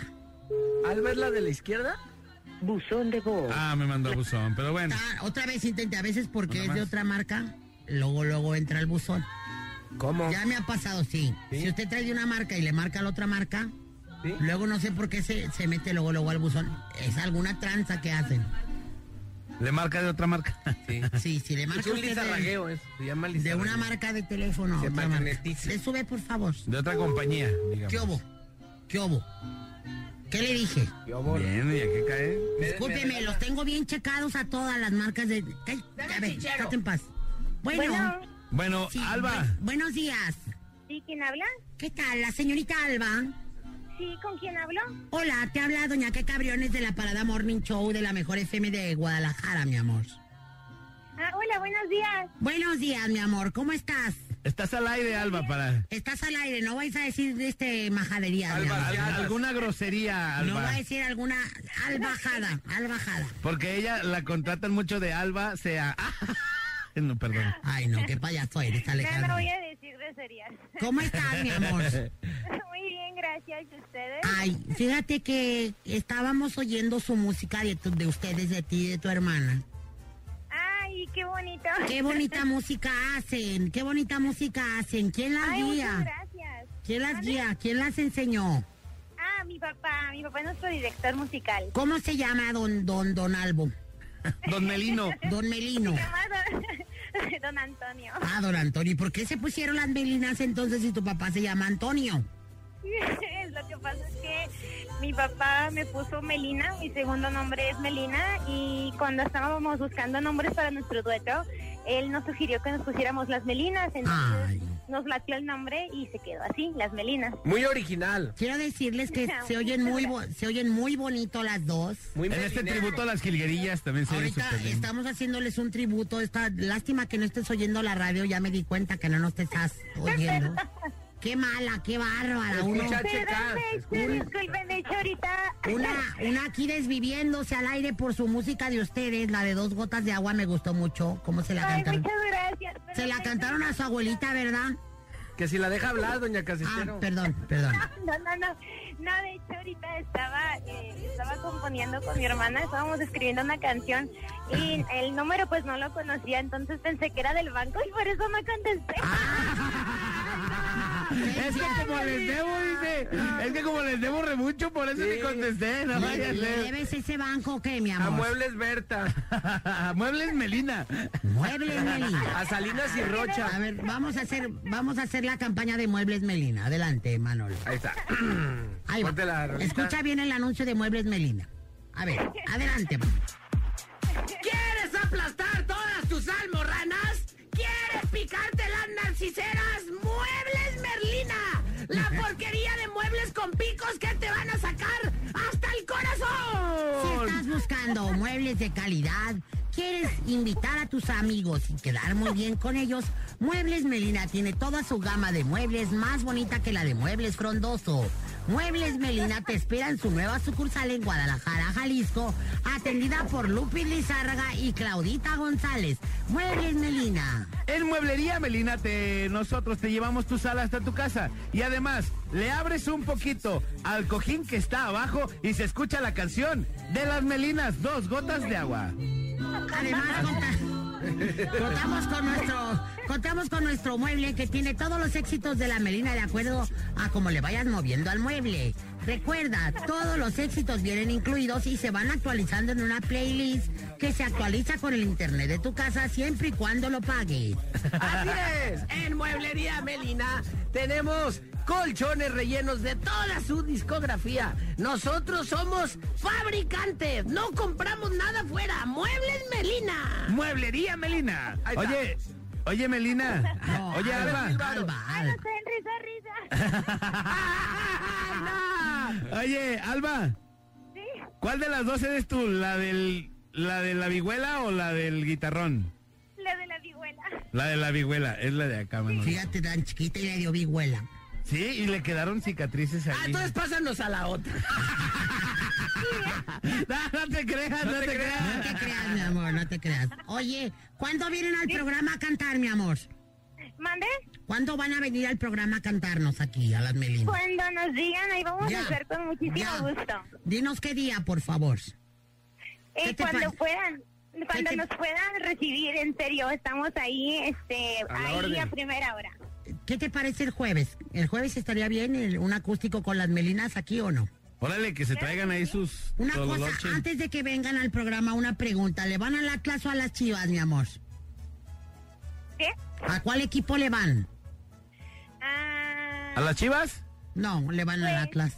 G: ¿Alba es la de la izquierda?
R: Buzón de voz.
G: Ah, me mandó buzón, pero bueno.
R: Ah, otra vez intenté, a veces porque es de otra marca, luego, luego entra el buzón.
K: ¿Cómo?
R: Ya me ha pasado, sí. Si usted trae de una marca y le marca a la otra marca, luego no sé por qué se, se mete luego, luego al buzón. Es alguna tranza que hacen.
G: ¿Le marca de otra marca?
K: Sí.
R: Sí, sí, le
G: Ah,
R: marca
K: Es un
R: usted de-
K: lizarragueo, eso. Se llama
R: De
K: lizarragueo.
R: una marca de teléfono. a
K: Se
R: otra marca.
K: magnetiza.
R: Le sube, por favor.
G: De otra compañía, digamos.
R: ¿Qué hubo? ¿Qué hubo? ¿Qué le dije?
G: Bien, ¿y a qué
F: ¿eh?
G: cae?
R: Discúlpeme, los tengo bien checados a todas las marcas de. Ay, a ver, estate en paz. Bueno,
S: Bueno.
G: Bueno,
R: sí,
G: Alba.
R: buen- buenos días.
S: ¿Sí? ¿Quién habla?
R: ¿Qué tal, la señorita Alba?
S: Sí, ¿con quién hablo?
R: Hola, te habla Doña Que Cabriones de la Parada Morning Show de la Mejor FM de Guadalajara, mi amor.
S: Ah, hola, buenos días.
R: Buenos días, mi amor, ¿cómo estás?
G: Estás al aire, Alba, para.
R: Estás al aire, no vais a decir este majadería. mi
G: Alba,
R: amor.
G: al- alguna grosería,
R: No
G: Alba.
R: va a decir alguna albajada, albajada.
G: Porque ella la contratan mucho de Alba, sea. ¡Ah! No, perdón.
R: Ay, no, qué payaso eres,
S: No, no
R: Alejandro.
S: voy a decir groserías.
R: ¿Cómo estás, mi amor?
S: Muy bien, gracias. ¿Y ustedes?
R: Ay, fíjate que estábamos oyendo su música de, tu- de ustedes, de ti, y de tu hermana.
S: Ay, qué bonito.
R: Qué bonita música hacen, qué bonita música hacen. ¿Quién las
S: Ay, muchas
R: guía?
S: gracias.
R: ¿Quién las
S: ¿Mande?
R: guía? ¿Quién las enseñó?
S: Ah, mi papá. Mi papá es nuestro director musical.
R: ¿Cómo se llama don don don Albo?
G: Don Melino.
R: Don Melino.
S: Se llama don, don Antonio.
R: Ah, don Antonio. ¿Y por qué se pusieron las melinas entonces si tu papá se llama Antonio?
S: Lo que pasa es que mi papá me puso Melina, mi segundo nombre es Melina, y cuando estábamos buscando nombres para nuestro dueto, él nos sugirió que nos pusiéramos las Melinas, entonces nos latió el nombre y se quedó así, las Melinas.
K: Muy original.
R: Quiero decirles que se oyen muy bo- se oyen muy bonito las dos.
G: en este tributo a las jilguerillas también se oye
R: Ahorita
G: súper bien.
R: estamos haciéndoles un tributo. Está, lástima que no estés oyendo la radio, ya me di cuenta que no nos te estás oyendo. qué mala, qué bárbara. Uno,
S: Disculpen, disculpen, de hecho ahorita...
R: una, una aquí desviviéndose al aire por su música de ustedes, la de dos gotas de agua me gustó mucho. ¿Cómo se la
S: Ay,
R: cantaron?
S: muchas gracias. pero
R: Se la
S: me-
R: cantaron a su abuelita, ¿verdad?
K: Que si la deja hablar, doña Casistero.
R: Ah, perdón, perdón.
S: No, no, no. No, de hecho ahorita estaba, eh, estaba componiendo con mi hermana, estábamos escribiendo una canción y el número pues no lo conocía, entonces pensé que era del banco y por eso no contesté.
R: Ah.
G: Es que como les debo, dice. Es que como les debo re mucho, por eso le contesté. No
R: Le-
G: vaya a
R: le
G: ser.
R: debes ese banco que
K: Ah,
R: mi amor.
G: Berta. Muebles Melina.
R: Muebles Melina.
K: A Salinas y Rocha.
R: A ver, vamos a hacer, vamos a hacer la campaña de Muebles Melina. Adelante, Manolo.
K: Ahí está.
R: Ahí va.
K: Ponte la rolita.
R: Escucha bien el anuncio de Muebles Melina. A ver, adelante, pues. Manolo.
J: ¿Quieres aplastar todas tus almorranas? ¿Quieres picarte las narciseras? ¡Muebles Merlina! La porquería de muebles con picos que te van a sacar hasta el
R: Si
J: corazón.
R: estás buscando muebles de calidad, quieres invitar a tus amigos y quedar muy bien con ellos, Muebles Melina tiene toda su gama de muebles más bonita que la de Muebles Frondoso. Muebles Melina te espera en su nueva sucursal en Guadalajara, Jalisco, atendida por Lupi Lizárraga y Claudita González. Muebles Melina.
G: En Mueblería Melina, te- nosotros te llevamos tu sala hasta tu casa. Y además, le abres un poquito al cojín que está abajo y se escucha la canción de las Melinas, dos gotas de agua.
R: Además, conta- contamos con nuestro contamos con nuestro mueble que tiene todos los éxitos de la Melina de acuerdo a cómo le vayas moviendo al mueble. Recuerda, todos los éxitos vienen incluidos y se van actualizando en una playlist que se actualiza con el internet de tu casa siempre y cuando lo pagues.
K: Así es, en Mueblería Melina tenemos colchones rellenos de toda su discografía. Nosotros somos fabricantes, no compramos nada fuera. Muebles Melina.
G: Mueblería Melina.
K: Ahí está.
G: Oye, oye Melina. Oye Alba.
R: Alba,
S: No sé, risa, risa.
G: Oye Alba. ¿Cuál de las dos eres tú? ¿La del la de la vihuela o la del guitarrón?
S: La de la vihuela.
G: La de la vihuela, es la de acá, Manolo.
R: fíjate tan chiquita y le dio vihuela.
G: Sí, y le quedaron cicatrices ahí.
K: Ah, entonces pásanos a la otra.
G: no, no te creas, no, te, creas.
R: No te creas, mi amor, no te creas. Oye, ¿cuándo vienen al programa a cantar, mi amor?
S: ¿Mande?
R: ¿Cuándo van a venir al programa a cantarnos aquí, a las Melinas?
S: Cuando nos digan, ahí Pues, vamos
R: Ya.
S: a hacer con muchísimo
R: Ya.
S: gusto.
R: Dinos qué día, por favor.
S: Eh, cuando puedan, cuando
R: te-
S: nos puedan recibir, en serio, estamos ahí, este,
R: A la
S: ahí
R: orden.
S: a primera hora.
R: ¿Qué te parece el jueves? ¿El jueves estaría bien el- un acústico con las melinas aquí o no?
G: Órale, que se traigan ahí sus
R: Una cosa,
G: tololoches.
R: antes de que vengan al programa, una pregunta. ¿Le van al Atlas o a las Chivas, mi amor?
S: ¿Qué?
R: ¿A cuál equipo le van?
S: Ah,
G: ¿A las chivas?
R: No, le van al
S: Pues,
R: Atlas.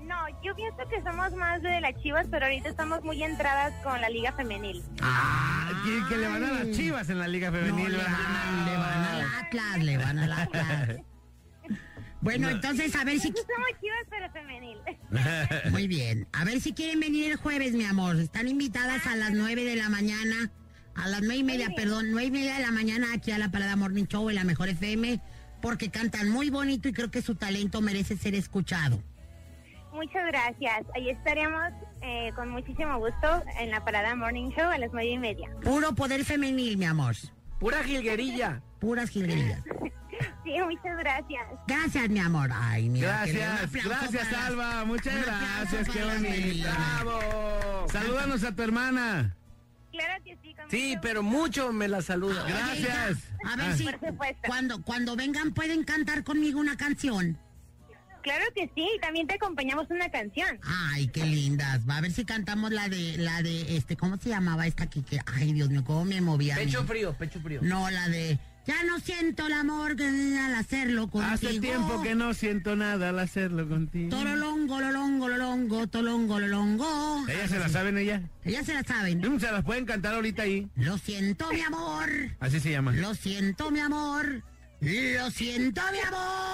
S: No, yo pienso que somos más de las chivas, pero ahorita estamos muy entradas con la liga femenil.
G: Ah, que, que le van a las chivas en la Liga Femenil.
R: Le van al Atlas, le van al Atlas. Bueno, entonces a ver si...
S: Nosotros somos chivas, pero femenil.
R: Muy bien. A ver si quieren venir el jueves, mi amor. Están invitadas a las nueve de la mañana. A las nueve y media, perdón, nueve y media de la mañana aquí a la Parada Morning Show en la Mejor FM. Porque cantan muy bonito y creo que su talento merece ser escuchado.
S: Muchas gracias. Ahí estaremos eh, con muchísimo gusto en la parada Morning Show a las nueve y media.
R: Puro poder femenil, mi amor.
K: Pura jilguerilla.
R: Puras jilguerillas.
S: Sí, muchas gracias.
R: Gracias, mi amor. Ay, mira, que le doy un
G: Gracias,
R: aplauso
G: gracias
R: para las-
G: Alba, muchas
R: un aplauso
G: gracias, qué
R: para las
G: bonito.
R: melinas.
G: Salúdanos a tu hermana.
S: Claro que sí. con
K: Sí, pero mucho me la saluda.
G: Gracias. Ah.
R: A ver si cuando, cuando vengan pueden cantar conmigo una canción.
S: Claro que sí, también te acompañamos una canción.
R: Ay, qué lindas. Va a ver si cantamos la de, la de, este, ¿cómo se llamaba esta aquí? Que, ay, Dios mío, cómo me movía. a mí?
K: Pecho frío, pecho frío.
R: No, la de, ya no siento el amor que al hacerlo contigo.
G: Hace tiempo que no siento nada al hacerlo contigo.
R: Torolongo, lolongo, lolongo, tolongo, lolongo.
G: Ellas se la saben ella. Mm,
R: Ellas se la saben.
G: Se las pueden cantar ahorita ahí.
R: Lo siento, mi amor.
G: Así se llama.
R: Lo siento, mi amor. Lo siento, mi amor.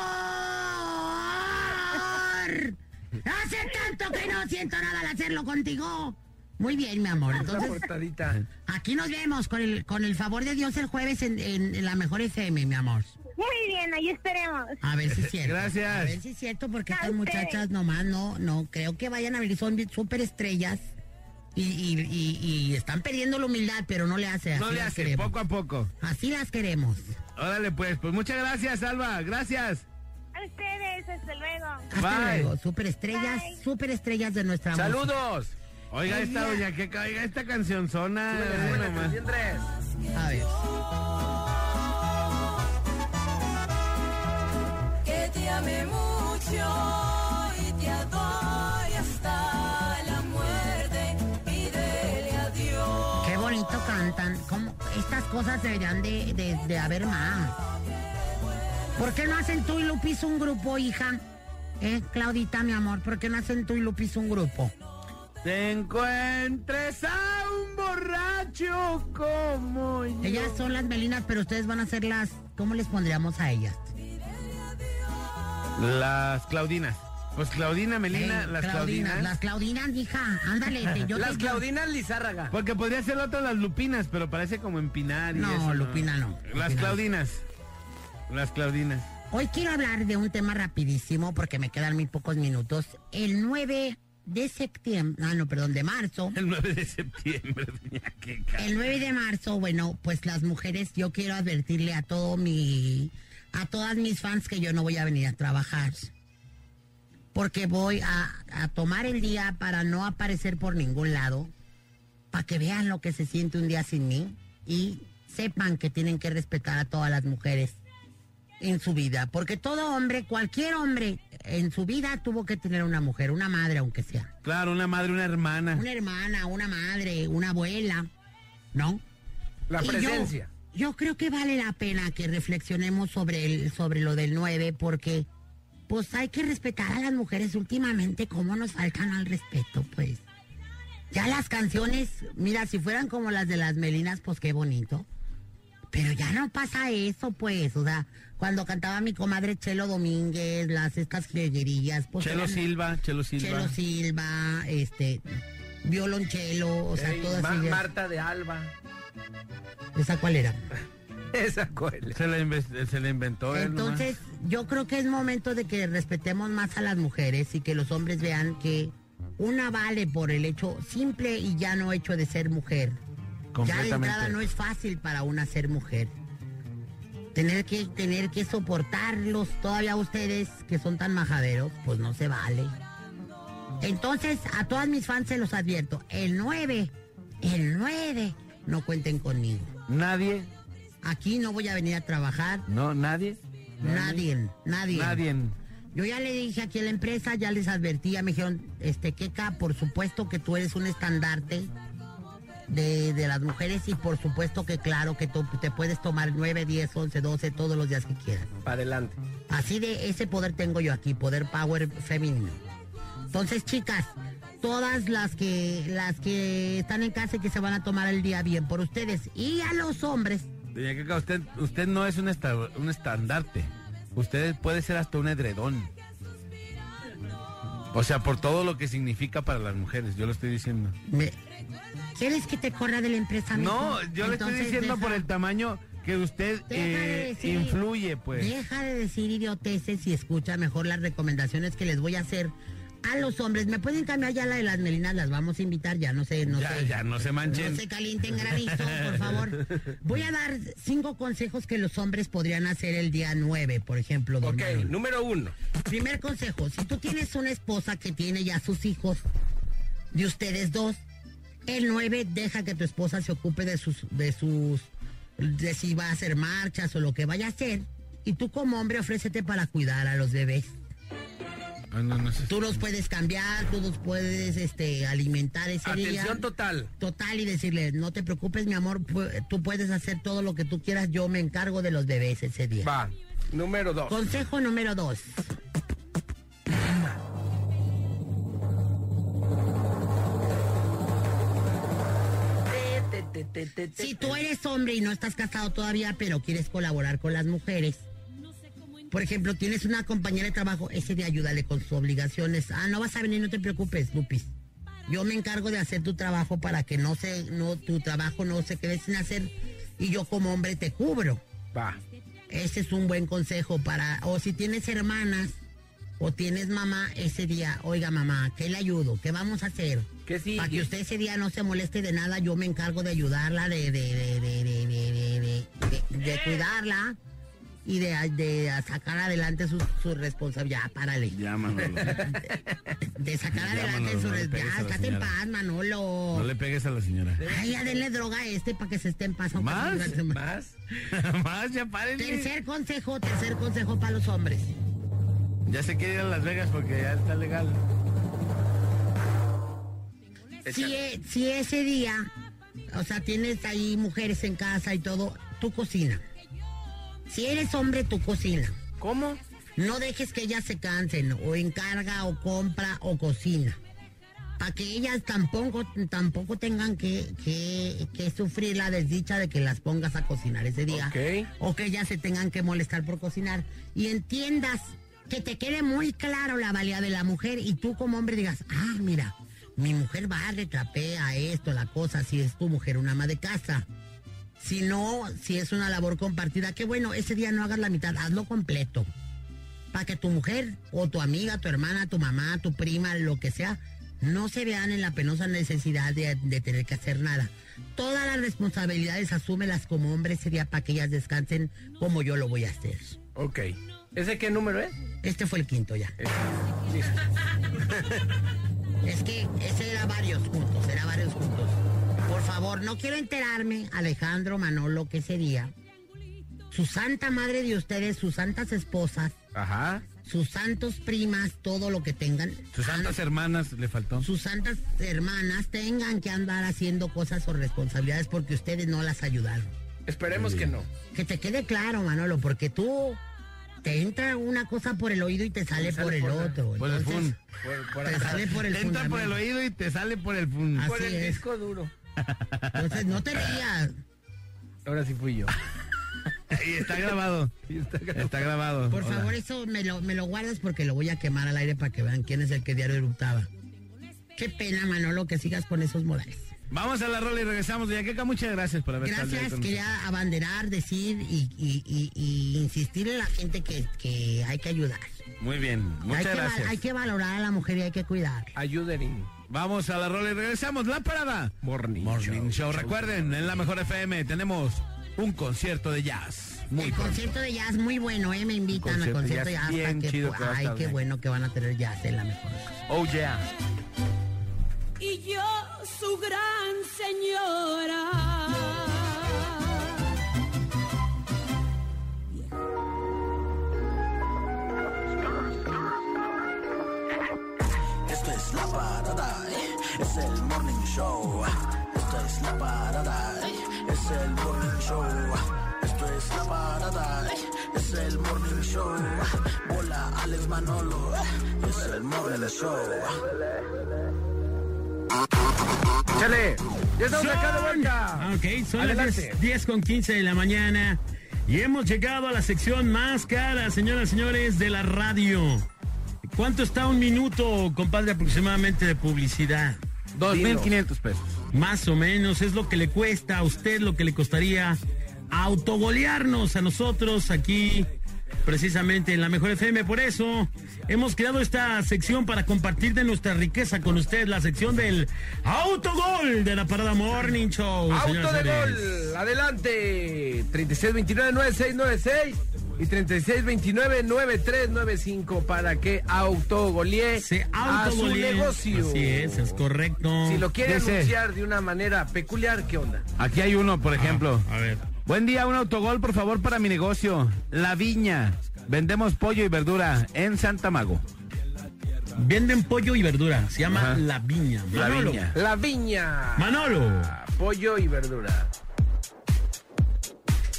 R: Hace tanto que no siento nada al hacerlo contigo. Muy bien, mi amor. Entonces,
K: Cortadita.
R: aquí nos vemos con el, con el favor de Dios el jueves en, en- en la mejor FM, mi amor.
S: Muy bien, ahí estaremos.
R: A ver si es cierto.
G: Gracias.
R: A ver si es cierto, porque
S: A
R: estas
S: ustedes.
R: muchachas nomás no, no, creo que vayan a venir, son súper estrellas y, y- y- y están perdiendo la humildad, pero no le hace así
G: No le
R: las
G: hace,
R: queremos.
G: poco a poco.
R: Así las queremos.
G: Órale pues, pues muchas gracias Alba, gracias.
S: A ustedes, hasta luego.
R: Hasta
G: Bye.
R: luego, superestrellas, superestrellas de nuestra
K: Saludos.
G: Oiga
R: Ay,
G: esta
R: ya.
G: doña que oiga esta cancionzona.
K: Súbele, súbele,
G: nomás.
K: canción tres.
R: música. A ver.
T: que te amé mucho y te adore hasta la muerte. Pídele a Dios.
R: Qué bonito cantan. ¿Cómo? Estas cosas deberían de, de- de haber más. ¿Por qué no hacen tú y Lupis un grupo, hija? Eh, Claudita, mi amor, ¿por qué no hacen tú y Lupis un grupo?
G: Te encuentres a un borracho como yo.
R: Ellas son las melinas, pero ustedes van a ser las. ¿Cómo les pondríamos a ellas?
G: Las Claudinas. Pues Claudina, Melina,
R: Eh,
G: las Claudinas.
R: Las Claudinas, hija. Ándale, te- yo
K: Las
R: te-
K: Claudinas Lizárraga.
G: Porque podría ser otra las Lupinas, pero parece como empinar y
R: No,
G: eso,
R: Lupina no.
G: Las
R: Lupina.
G: Claudinas. Las Claudinas.
R: Hoy quiero hablar de un tema rapidísimo porque me quedan muy pocos minutos. El 9 de septiembre, ah, no, perdón, de marzo.
G: El 9 de septiembre, doña Keka.
R: El 9 de marzo, bueno, pues las mujeres, yo quiero advertirle a todo mi, a todas mis fans que yo no voy a venir a trabajar. Porque voy a, a tomar el día para no aparecer por ningún lado, para que vean lo que se siente un día sin mí y sepan que tienen que respetar a todas las mujeres en su vida. Porque todo hombre, cualquier hombre en su vida tuvo que tener una mujer, una madre aunque sea
G: Claro, una madre, una hermana.
R: una hermana, una madre, una abuela, ¿no?
K: La
R: Y yo-
K: presencia.
R: Yo, creo que vale la pena que reflexionemos sobre, el, sobre lo del 9 porque pues hay que respetar a las mujeres últimamente, cómo nos faltan al respeto, pues. Ya las canciones, mira, si fueran como las de las Melinas, pues qué bonito. Pero ya no pasa eso, pues. O sea, cuando cantaba mi comadre Chelo Domínguez, las estas jilguerillas, pues.
G: Chelo
R: eran-
G: Silva, Chelo Silva.
R: Chelo Silva, este, violonchelo, o sea,
K: Ey,
R: todas
K: Ma-
R: ellas.
K: Marta de Alba.
R: ¿Esa cuál era?
K: Esa cola.
G: Se la, inves- se la inventó él nomás.
R: Entonces, yo creo que es momento de que respetemos más a las mujeres y que los hombres vean que una vale por el hecho simple y ya no hecho de ser mujer. Ya de
G: Completamente.
R: entrada no es fácil para una ser mujer. Tener que, tener que soportarlos todavía ustedes que son tan majaderos, pues no se vale. Entonces, a todas mis fans se los advierto, el 9, el 9, no cuenten conmigo.
G: Nadie.
R: Aquí no voy a venir a trabajar.
G: No, nadie.
R: Nadie, nadie.
G: Nadie.
R: Yo ya le dije aquí a la empresa, ya les advertía, me dijeron, este, Keka, por supuesto que tú eres un estandarte de, de las mujeres y por supuesto que claro que tú te puedes tomar 9, 10, 11, 12 todos los días que quieras.
K: Para adelante.
R: Así de ese poder tengo yo aquí, poder power femenino. Entonces, chicas, todas las que las que están en casa y que se van a tomar el día bien por ustedes y a los hombres.
G: Doña Caca, usted, usted no es un, esta- un estandarte. Usted puede ser hasta un edredón. O sea, por todo lo que significa para las mujeres, yo lo estoy diciendo.
R: ¿Quieres que te corra de la empresa? mijo?
G: No, yo le estoy
R: Entonces,
G: diciendo
R: deja-
G: por el tamaño que usted
R: deja de
G: eh,
R: decir-
G: influye, pues.
R: Deja de decir idioteces y escucha mejor las recomendaciones que les voy a hacer a los hombres. ¿Me pueden cambiar ya la de las melinas? Las vamos a invitar, ya no sé, no
G: ya,
R: sé.
G: ya, no se manchen.
R: No se calienten granizo, por favor. Voy a dar cinco consejos que los hombres podrían hacer el día 9, por ejemplo. don Manuel.
K: número uno.
R: Primer consejo, si tú tienes una esposa que tiene ya sus hijos, de ustedes dos, el 9 deja que tu esposa se ocupe de sus, de sus, de si va a hacer marchas o lo que vaya a hacer, y tú como hombre ofrécete para cuidar a los bebés.
K: Ah,
R: Tú los puedes cambiar, tú los puedes este, alimentar ese día.
K: Atención total.
R: Total y decirle, no te preocupes mi amor, pu- tú puedes hacer todo lo que tú quieras, yo me encargo de los bebés ese día.
K: Va. Número dos.
R: Consejo número dos. Si tú eres hombre y no estás casado todavía, pero quieres colaborar con las mujeres, por ejemplo, tienes una compañera de trabajo, ese día ayúdale con sus obligaciones. Ah, no vas a venir, no te preocupes, Lupis. Yo me encargo de hacer tu trabajo para que no se, no, tu trabajo no se quede sin hacer y yo como hombre te cubro.
K: Va.
R: Ese es un buen consejo para, o si tienes hermanas o tienes mamá ese día, oiga mamá, ¿qué le ayudo? ¿Qué vamos a hacer?
K: Que sí.
R: Para que usted ese día no se moleste de nada, yo me encargo de ayudarla, de, de, de, de, de, de, de- de- de cuidarla y de, de sacar adelante su, su responsabilidad. Ya, párale.
G: Ya, Manolo.
R: De sacar
G: Ya,
R: adelante
G: Manolo,
R: su
G: no le
R: responsabilidad.
G: pegues a la
R: estate en
G: señora.
R: paz, Manolo.
G: No le pegues a la señora.
R: Ay, ya denle droga a este para que se esté en paz. aunque
G: ¿Más?
R: no diga-
K: ¿Más?
G: ¿Más? Ya párenle.
R: Tercer consejo, tercer consejo para los hombres.
G: Ya se quiere ir a Las Vegas porque ya está legal.
R: Si, e- si ese día, o sea, tienes ahí mujeres en casa y todo, tú cocina. Si eres hombre, tú cocina.
K: ¿Cómo?
R: No dejes que ellas se cansen, o encarga, o compra, o cocina. Para que ellas tampoco, tampoco tengan que, que- que sufrir la desdicha de que las pongas a cocinar ese día.
K: Ok.
R: O que ellas se tengan que molestar por cocinar. Y entiendas que te quede muy claro la valía de la mujer y tú como hombre digas, ah, mira, mi mujer va, retrapea esto, la cosa, si es tu mujer una ama de casa. Si no, si es una labor compartida, qué bueno, ese día no hagas la mitad, hazlo completo. Para que tu mujer o tu amiga, tu hermana, tu mamá, tu prima, lo que sea, no se vean en la penosa necesidad de, de tener que hacer nada. Todas las responsabilidades asúmelas como hombre sería para que ellas descansen como yo lo voy a hacer.
K: Ok. ¿Ese qué número es?
R: Este fue el quinto ya. Es que ese era varios juntos, era varios juntos. Por favor, no quiero enterarme, Alejandro Manolo, que ese día su santa madre de ustedes, sus santas esposas,
G: Ajá.
R: sus santos primas, todo lo que tengan,
G: Sus santas hermanas le faltó.
R: sus santas hermanas tengan que andar haciendo cosas o responsabilidades porque ustedes no las ayudaron.
K: Esperemos que no.
R: Que te quede claro, Manolo, porque tú te entra una cosa por el oído y te sale,
K: Sale
R: por el
K: por la-
R: otro.
G: por el
R: Entonces, te sale por el
G: Entra por el
R: fundamento.
G: oído y te sale por el fun.
R: Así Por el es. disco
K: duro.
R: Entonces no te rías.
K: Ahora sí fui yo.
G: Ah, y está grabado. está grabado.
R: Por favor, eso me lo, me lo guardas porque lo voy a quemar al aire para que vean quién es el que diario eruptaba. Qué pena, Manolo, que sigas con esos modales.
G: Vamos a la rola y regresamos. Doña Queca, muchas gracias por
U: Pues,
G: haber estado ahí
R: Gracias,
G: con
R: quería abanderar, decir y, y- y- y insistirle a la gente que, que hay que ayudar.
G: nosotros. Muy bien, muchas
R: hay, que, val-
G: gracias.
R: hay que valorar a la mujer y hay que cuidar.
K: Ayúdenin.
G: Vamos a la rola y regresamos. La parada. Morning, Show. Recuerden, en la mejor FM tenemos un concierto de jazz.
U: Muy
R: el concierto de jazz muy bueno, ¿eh? Me invitan al
U: Concierto de
R: concierto de
U: jazz
R: jazz. para
U: bien
R: que,
U: chido
R: pu-
U: que va a
R: ay,
U: estar,
R: qué
U: güey.
R: bueno que van a tener jazz, es la mejor.
U: Oh, yeah.
E: y yo su gran señora.
D: Esto es la parada, eh, es el morning show. Esto es la parada, eh, es el morning show. Esto es la parada, eh, es el morning show. Bola Alex Manolo, eh, es el morning show.
G: Chale, ya estamos
F: Son-
G: acá de vuelta.
F: Ah, Ok, son las
G: Adelante.
F: 10, 10 con 15 de la mañana y hemos llegado a la sección más cara, señoras y señores, de la radio. ¿Cuánto está un minuto, compadre, aproximadamente de publicidad?
U: 2.500 pesos.
F: Más o menos, es lo que le cuesta a usted, lo que le costaría autogolearnos a nosotros aquí, precisamente en la Mejor FM. Por eso hemos creado esta sección para compartir de nuestra riqueza con usted, la sección del autogol de la Parada Morning Show.
G: Auto
F: señoras y
G: de
F: señores.
G: gol, adelante. 3629-9696 y 3629-9395 para que autogolee a su
F: Autogoleé.
G: negocio.
F: Así es, es correcto.
G: Si lo quiere
U: Dice-
G: anunciar de una manera peculiar, ¿qué onda?
U: Aquí hay uno, por ejemplo.
F: a ver.
U: Buen día, un autogol, por favor, para mi negocio. La Viña. Vendemos pollo y verdura en Santa Mago.
F: Venden pollo y verdura. Se llama La Viña.
U: La
F: Manolo.
U: Viña.
G: La viña.
F: Manolo.
G: Pollo y verdura.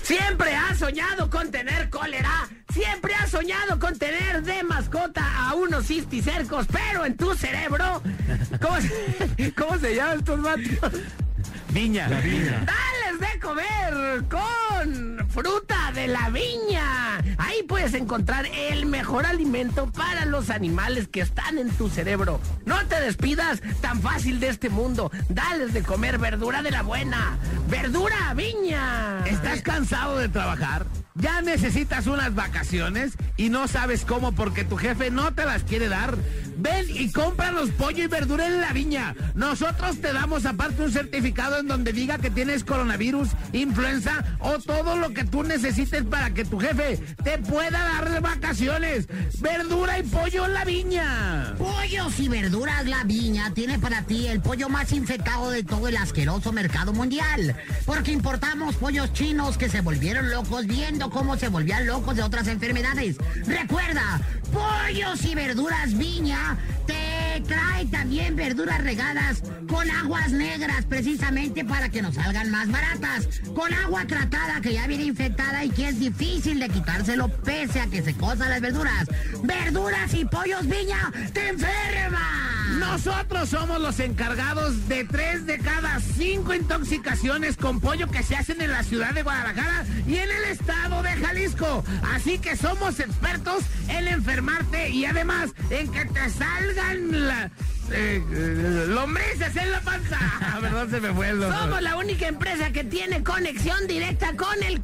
K: Siempre has soñado con tener cólera. Siempre has soñado con tener de mascota a unos cisticercos, pero en tu cerebro. ¿Cómo se, cómo se llaman estos vatos?
U: Viña. La Viña.
K: Dales de comer con fruta de la viña. Ahí puedes encontrar el mejor alimento para los animales que están en tu cerebro. No te despidas tan fácil de este mundo. Dales de comer verdura de la buena. Verdura viña.
U: ¿Estás cansado de trabajar? ¿Ya necesitas unas vacaciones y no sabes cómo porque tu jefe no te las quiere dar? Ven y cómpranos pollo y verdura en la viña. Nosotros te damos aparte un certificado en donde diga que tienes coronavirus, influenza o todo lo que tú necesites para que tu jefe te pueda dar vacaciones. Verdura y pollo en la viña.
R: Pollos y verduras La Viña tiene para ti el pollo más infectado de todo el asqueroso mercado mundial. Porque importamos pollos chinos que se volvieron locos viendo cómo se volvían locos de otras enfermedades. Recuerda, pollos y verduras Viña te trae también verduras regadas con aguas negras precisamente para que nos salgan más baratas. Con agua tratada que ya viene infectada y que es difícil de quitárselo pese a que se cosan las verduras. Verduras y pollos viña, te enferma.
U: Nosotros somos los encargados de tres de cada cinco intoxicaciones con pollo que se hacen en la ciudad de Guadalajara y en el estado de Jalisco. Así que somos expertos en enfermarte y además en que te salgan la, eh, eh, lombrices en la panza. Perdón, se me fue el
K: Somos la única empresa que tiene conexión directa con el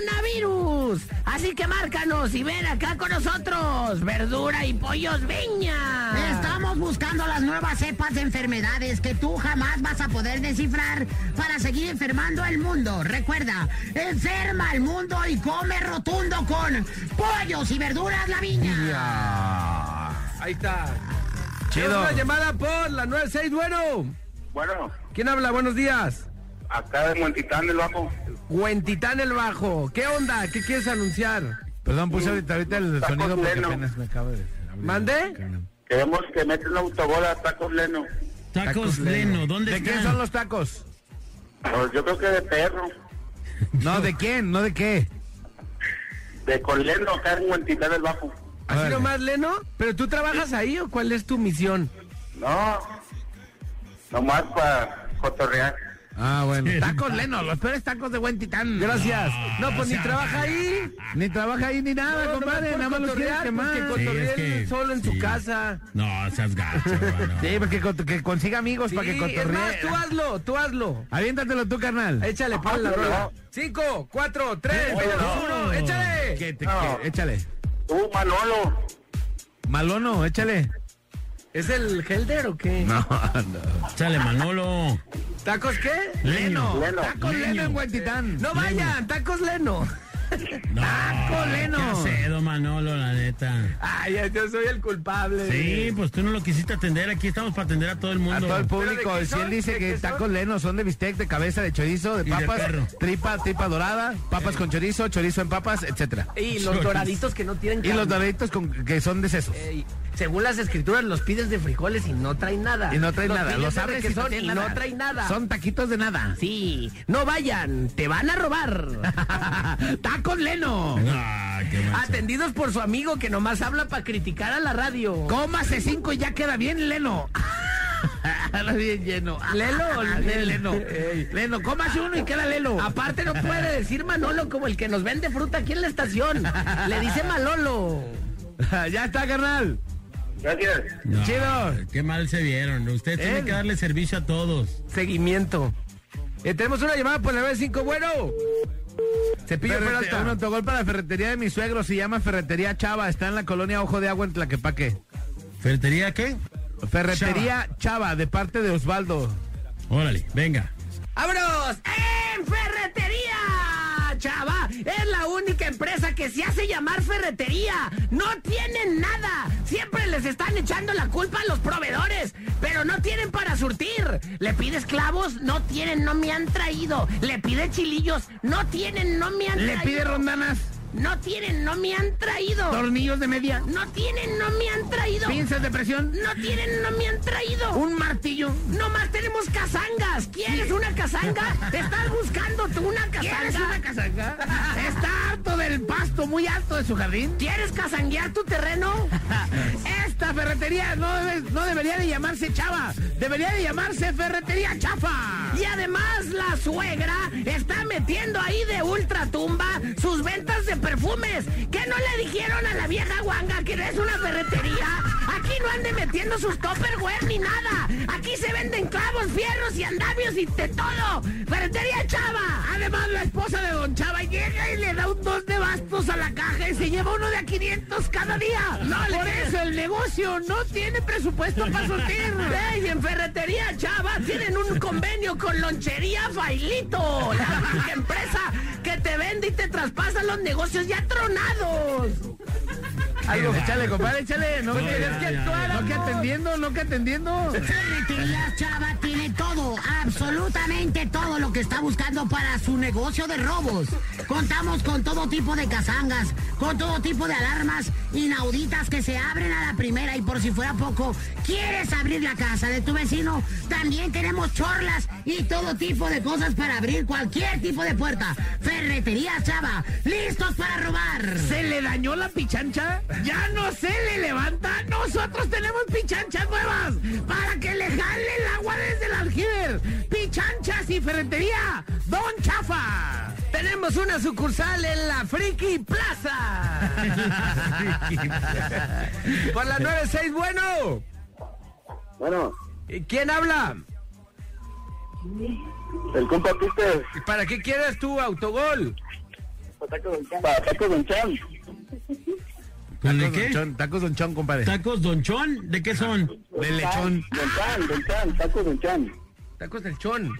K: coronavirus. Así que márcanos y ven acá con nosotros. Verdura y pollos viña.
R: Estamos buscando las nuevas cepas de enfermedades que tú jamás vas a poder descifrar para seguir enfermando al mundo. Recuerda, enferma al mundo y come rotundo con pollos y verduras la viña.
G: Ahí está.
U: Chido.
G: Tenemos Una llamada por la 96, bueno.
V: Bueno,
G: ¿Quién habla? Buenos días.
V: acá de Montitán del Bajo.
G: Cuentitán el Bajo. ¿Qué onda? ¿Qué quieres anunciar?
U: Perdón, puse ahorita, el
V: Tacos sonido porque Leno. apenas
U: me acabo de...
G: ¿Mandé?
V: Queremos que metas un autogol a Tacos Leno.
F: Tacos, Leno. ¿Dónde
U: ¿De quién
F: están?
U: son los tacos?
V: Pues yo creo que de perro.
U: No, ¿de quién? ¿No de qué?
V: De con Leno acá en Montitán del Bajo.
G: ¿Así nomás, Leno? ¿Pero tú trabajas ahí o cuál es tu misión?
V: No, nomás para cotorrear.
U: Ah, bueno. Tacos Leno, los peores tacos de buen titán.
G: Gracias.
F: Ah,
G: No, pues ni
U: o sea,
G: trabaja ahí.
U: Ni trabaja ahí ni nada,
G: No,
U: compadre.
G: nomás
U: Nada más
G: por
U: los quieres
G: cotorrear,
U: quemar.
F: Sí,
G: porque
F: es
G: cotorrean
F: que-
G: solo en
F: sí.
G: su casa.
F: No, seas gacho, hermano.
U: Sí, porque cont- que consiga amigos para que
G: Sí, es más,
U: cotorree.
G: tú hazlo, tú hazlo.
U: Aviéntatelo tú, carnal.
G: Échale, ponle la rola. Cinco, cuatro, tres,
U: Oye,
G: dos,
U: no.
G: uno, échale.
U: Que Oh, te-
V: No.
U: que- échale.
V: Tú, Manolo.
U: Malono, échale.
G: ¿Es el Helder o qué?
U: No, no.
F: Chale, Manolo.
G: ¿Tacos qué?
F: Leno.
V: Leno.
U: Tacos Leno en
F: Leño.
U: buen titán.
G: No vayan, tacos Leno.
Q: ¡Ah,
G: coleno!
Q: Qué acedo, Manolo, la neta.
K: Ay, yo soy el culpable.
Q: Sí, pues tú no lo quisiste atender. Aquí estamos para atender a todo el mundo.
G: A todo el público. Si él dice que tacos lenos son de bistec, de cabeza, de chorizo, de
Q: Y de
G: papas,
Q: perro.
G: tripa, tripa dorada, papas con chorizo, chorizo en papas, etcétera.
K: Y los doraditos que no tienen
G: Y los
K: carne.
G: doraditos con- que son de sesos.
K: Ey, según las escrituras, los pides de frijoles y no traen nada.
G: Y no traen nada.
K: pides
G: Los
K: de
G: abres y no
K: requesón
G: tienen
K: y
G: nada.
K: no traen nada.
G: Son taquitos de nada.
K: Sí. No vayan, te van a robar. Tacos Leno.
Q: Ah, qué mal.
K: Atendidos por su amigo que nomás habla para criticar a la radio.
G: Cómase cinco y ya queda bien, Leno. Ahora bien lleno.
K: Lelo,
G: Bien Leno.
K: Ey.
G: Leno, cómase uno y queda Lelo.
K: Aparte no puede decir Manolo como el que nos vende fruta aquí en la estación. Le dice Malolo.
G: ya está, carnal.
P: Gracias.
Q: No,
G: Chido.
Q: Qué mal se vieron. Usted tiene
K: Él.
Q: que darle servicio a todos.
K: Eh. Seguimiento. Eh, tenemos una llamada por la 95, bueno.
G: Cepillo
K: Ferrete-
G: Peralta. Un autogol para la ferretería de mi suegro. Se llama Ferretería Chava. Está en la colonia Ojo de Agua en Tlaquepaque.
Q: ¿Ferretería qué?
G: Ferretería Chava, de parte de Osvaldo.
Q: Órale, venga.
K: ¡Vámonos! ¡En ferretería! Chava, es la única empresa que se hace llamar ferretería. No tienen nada. Siempre les están echando la culpa a los proveedores, pero no tienen para surtir. Le pides clavos, no tienen, no me han traído. Le pide chilillos, no tienen, no me han
G: Le
K: traído.
G: pide rondanas,
K: No tienen, no me han traído.
G: tornillos de media,
K: No tienen, no me han traído.
G: pinzas de presión,
K: No tienen, no me han traído.
G: un martillo.
K: Nomás tenemos casangas. ¿Quieres una casanga? ¿Te estás buscando tú una casanga?
G: ¿Quieres una casaca? Está harto del pasto, muy alto de su jardín.
K: ¿Quieres casanguear tu terreno?
G: Esta ferretería no, debe- no debería de llamarse Chava, debería de llamarse Ferretería Chafa.
K: Y además la suegra está metiendo ahí de ultratumba sus ventas de perfumes. ¿Qué no le dijeron a la vieja guanga que no es una ferretería? Aquí no ande metiendo sus topperware ni nada. Aquí se venden clavos, fierros y andamios y de todo. Ferretería Chava. Además la esposa de Don Chava llega y le da un dos de bastos a la caja y se lleva uno de a 500 cada día. No, por eso el negocio no tiene presupuesto para surtir. Ey, en Ferretería Chava tienen un convenio con Lonchería Failito, la única empresa que te vende y te traspasa los negocios ya tronados.
G: Algo, échale, compadre, échale. No,
Q: ya,
G: tienes
Q: ya,
G: que
Q: ya,
G: actuar, no que atendiendo, no que atendiendo.
R: Ferretería Chava tiene todo, absolutamente todo lo que está buscando para su negocio de robos. Contamos con todo tipo de casangas, con todo tipo de alarmas inauditas que se abren a la primera y por si fuera poco, ¿quieres abrir la casa de tu vecino? También tenemos chorlas y todo tipo de cosas para abrir cualquier tipo de puerta. Ferretería Chava, listos para robar.
K: ¿Se le dañó la pichancha? ¡Ya no se le levanta! ¡Nosotros tenemos pichanchas nuevas! ¡Para que le jale el agua desde el aljiber! ¡Pichanchas y ferretería! ¡Don Chafa! ¡Tenemos una sucursal en la Friki Plaza! Por la 96, bueno.
P: Bueno,
K: ¿Y ¿Quién habla?
P: el compa Peter,
K: ¿Para qué quieres tu autogol?
P: Taco Don Chan. Taco Don Chan.
Q: ¿Con de
G: Tacos
Q: qué?
G: Don Chon, tacos Don Chon, compadre.
Q: ¿Tacos donchón? ¿De qué son?
G: De lechón.
P: Don Chan, Don Chan, Taco Don Chan.
K: Tacos del Chon.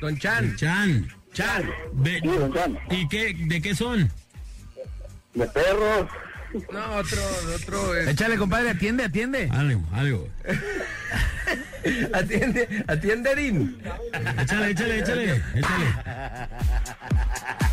K: Don Chan.
Q: Chan.
G: Chan.
Q: Ve-
P: Sí, Don Chan.
Q: ¿Y qué, de qué son?
P: De perros.
K: No, otro, otro. eh,
G: Échale, compadre, atiende, atiende.
Q: Algo, algo.
K: Atiende, atiende, Erin.
Q: Échale, échale, échale. Échale.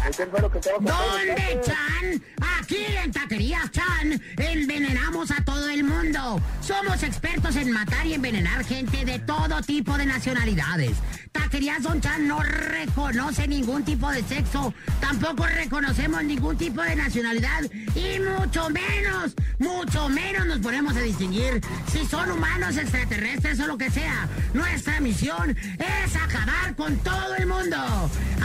P: Este fue lo que estaba
R: ¿Dónde, Chan? Aquí en Taquerías Chan envenenamos a todo el mundo. Somos expertos en matar y envenenar gente de todo tipo de nacionalidades. Taquerías Don Chan no reconoce ningún tipo de sexo, tampoco reconocemos ningún tipo de nacionalidad y mucho menos, mucho menos nos ponemos a distinguir si son humanos, extraterrestres o lo que sea. Nuestra misión es acabar con todo el mundo.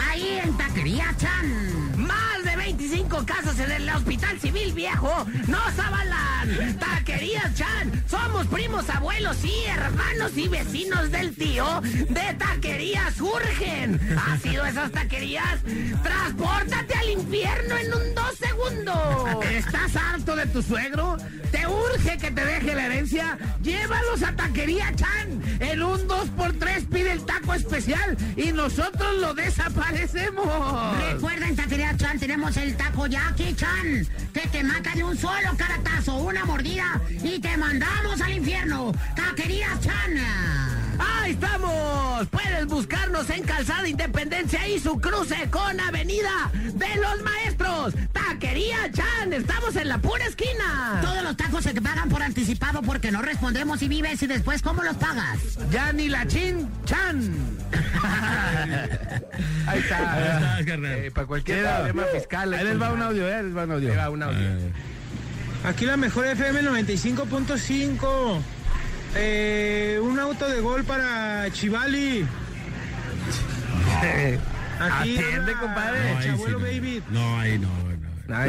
R: Ahí en Taquerías Chan.
K: Más de 25 casos en el Hospital Civil Viejo. Nos avalan
W: Chan. Taquerías Chan. Somos primos, abuelos y hermanos y vecinos del tío de Taquerías Urgen. ¿Has sido esas taquerías? Transpórtate al infierno en un dos segundos.
K: ¿Estás harto de tu suegro? ¿Te urge que te deje la herencia? Llévalos a Taquería Chan. En un 2x3 pide el taco especial y nosotros lo desaparecemos.
R: Recuerden, Taquería Chan, tenemos el taco Jackie Chan, que te mata de un solo caratazo, una mordida y te mandamos al infierno. Taquería Chan.
K: ¡Ahí estamos! Puedes buscarnos en Calzada Independencia y su cruce con Avenida de los Maestros. Taquería Chan, estamos en la pura esquina.
R: Todos los tacos se pagan por anticipado porque no respondemos si vives y después cómo los pagas.
K: Ya ni la chin chan.
X: Ahí está.
K: Ah,
X: Ahí
G: Ah,
X: está,
E: Eh, para cualquier problema fiscal.
X: Ahí les va un audio, eh, les va un audio.
E: Ahí va un audio.
G: Aquí la mejor FM 95.5. Eh, un auto de gol para Chivali. Aquí
K: Atiende,
G: habla
K: compadre.
G: el Chabuelo
K: No, ahí sí
G: Baby.
F: No, ahí no.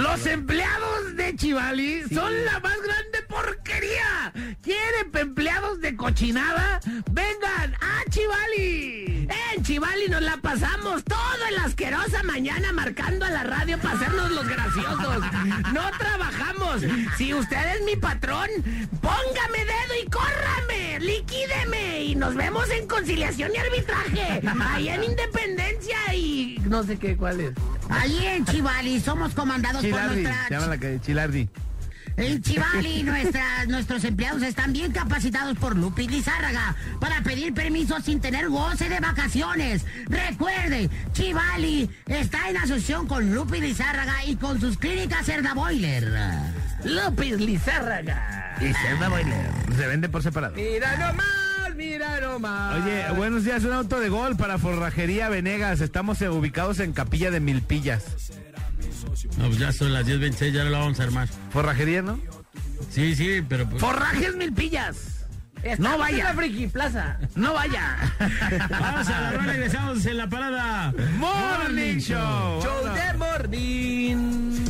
K: Los empleados de Chivali son la más grande porquería. ¿Quieren empleados de cochinada? Vengan a Chivali. En Chivali nos la pasamos toda la asquerosa mañana marcando a la radio para hacernos los graciosos. No trabajamos. Si usted es mi patrón, póngame dedo y córrame, liquídeme y nos vemos en conciliación y arbitraje. Ahí en Independencia y no sé qué cuál es.
R: Ahí en Chivali somos comandados por
X: Chilardi, se
R: nuestra...
X: llama la calle Chilardi.
R: En Chivali nuestras- nuestros empleados están bien capacitados por Lupi Lizárraga para pedir permiso sin tener goce de vacaciones. Recuerde, Chivali está en asociación con Lupi Lizárraga y con sus clínicas Cerda Boiler.
K: López Lizárraga.
X: Y Cerda Boiler. Se vende por separado.
E: Mira nomás, mira nomás.
G: Ah.
X: Oye, buenos días, un auto de gol para Forrajería Venegas. Estamos eh, ubicados en Capilla de Milpillas.
F: No, pues ya son las 10.26, ya lo vamos a armar.
X: ¿Forrajería, no?
F: Sí, sí, pero... pues-
K: Forrajes Milpillas. no vaya. la Friki Plaza. No vaya.
F: Vamos a la rola, regresamos en la parada.
K: Morning Show.
E: Show de morning.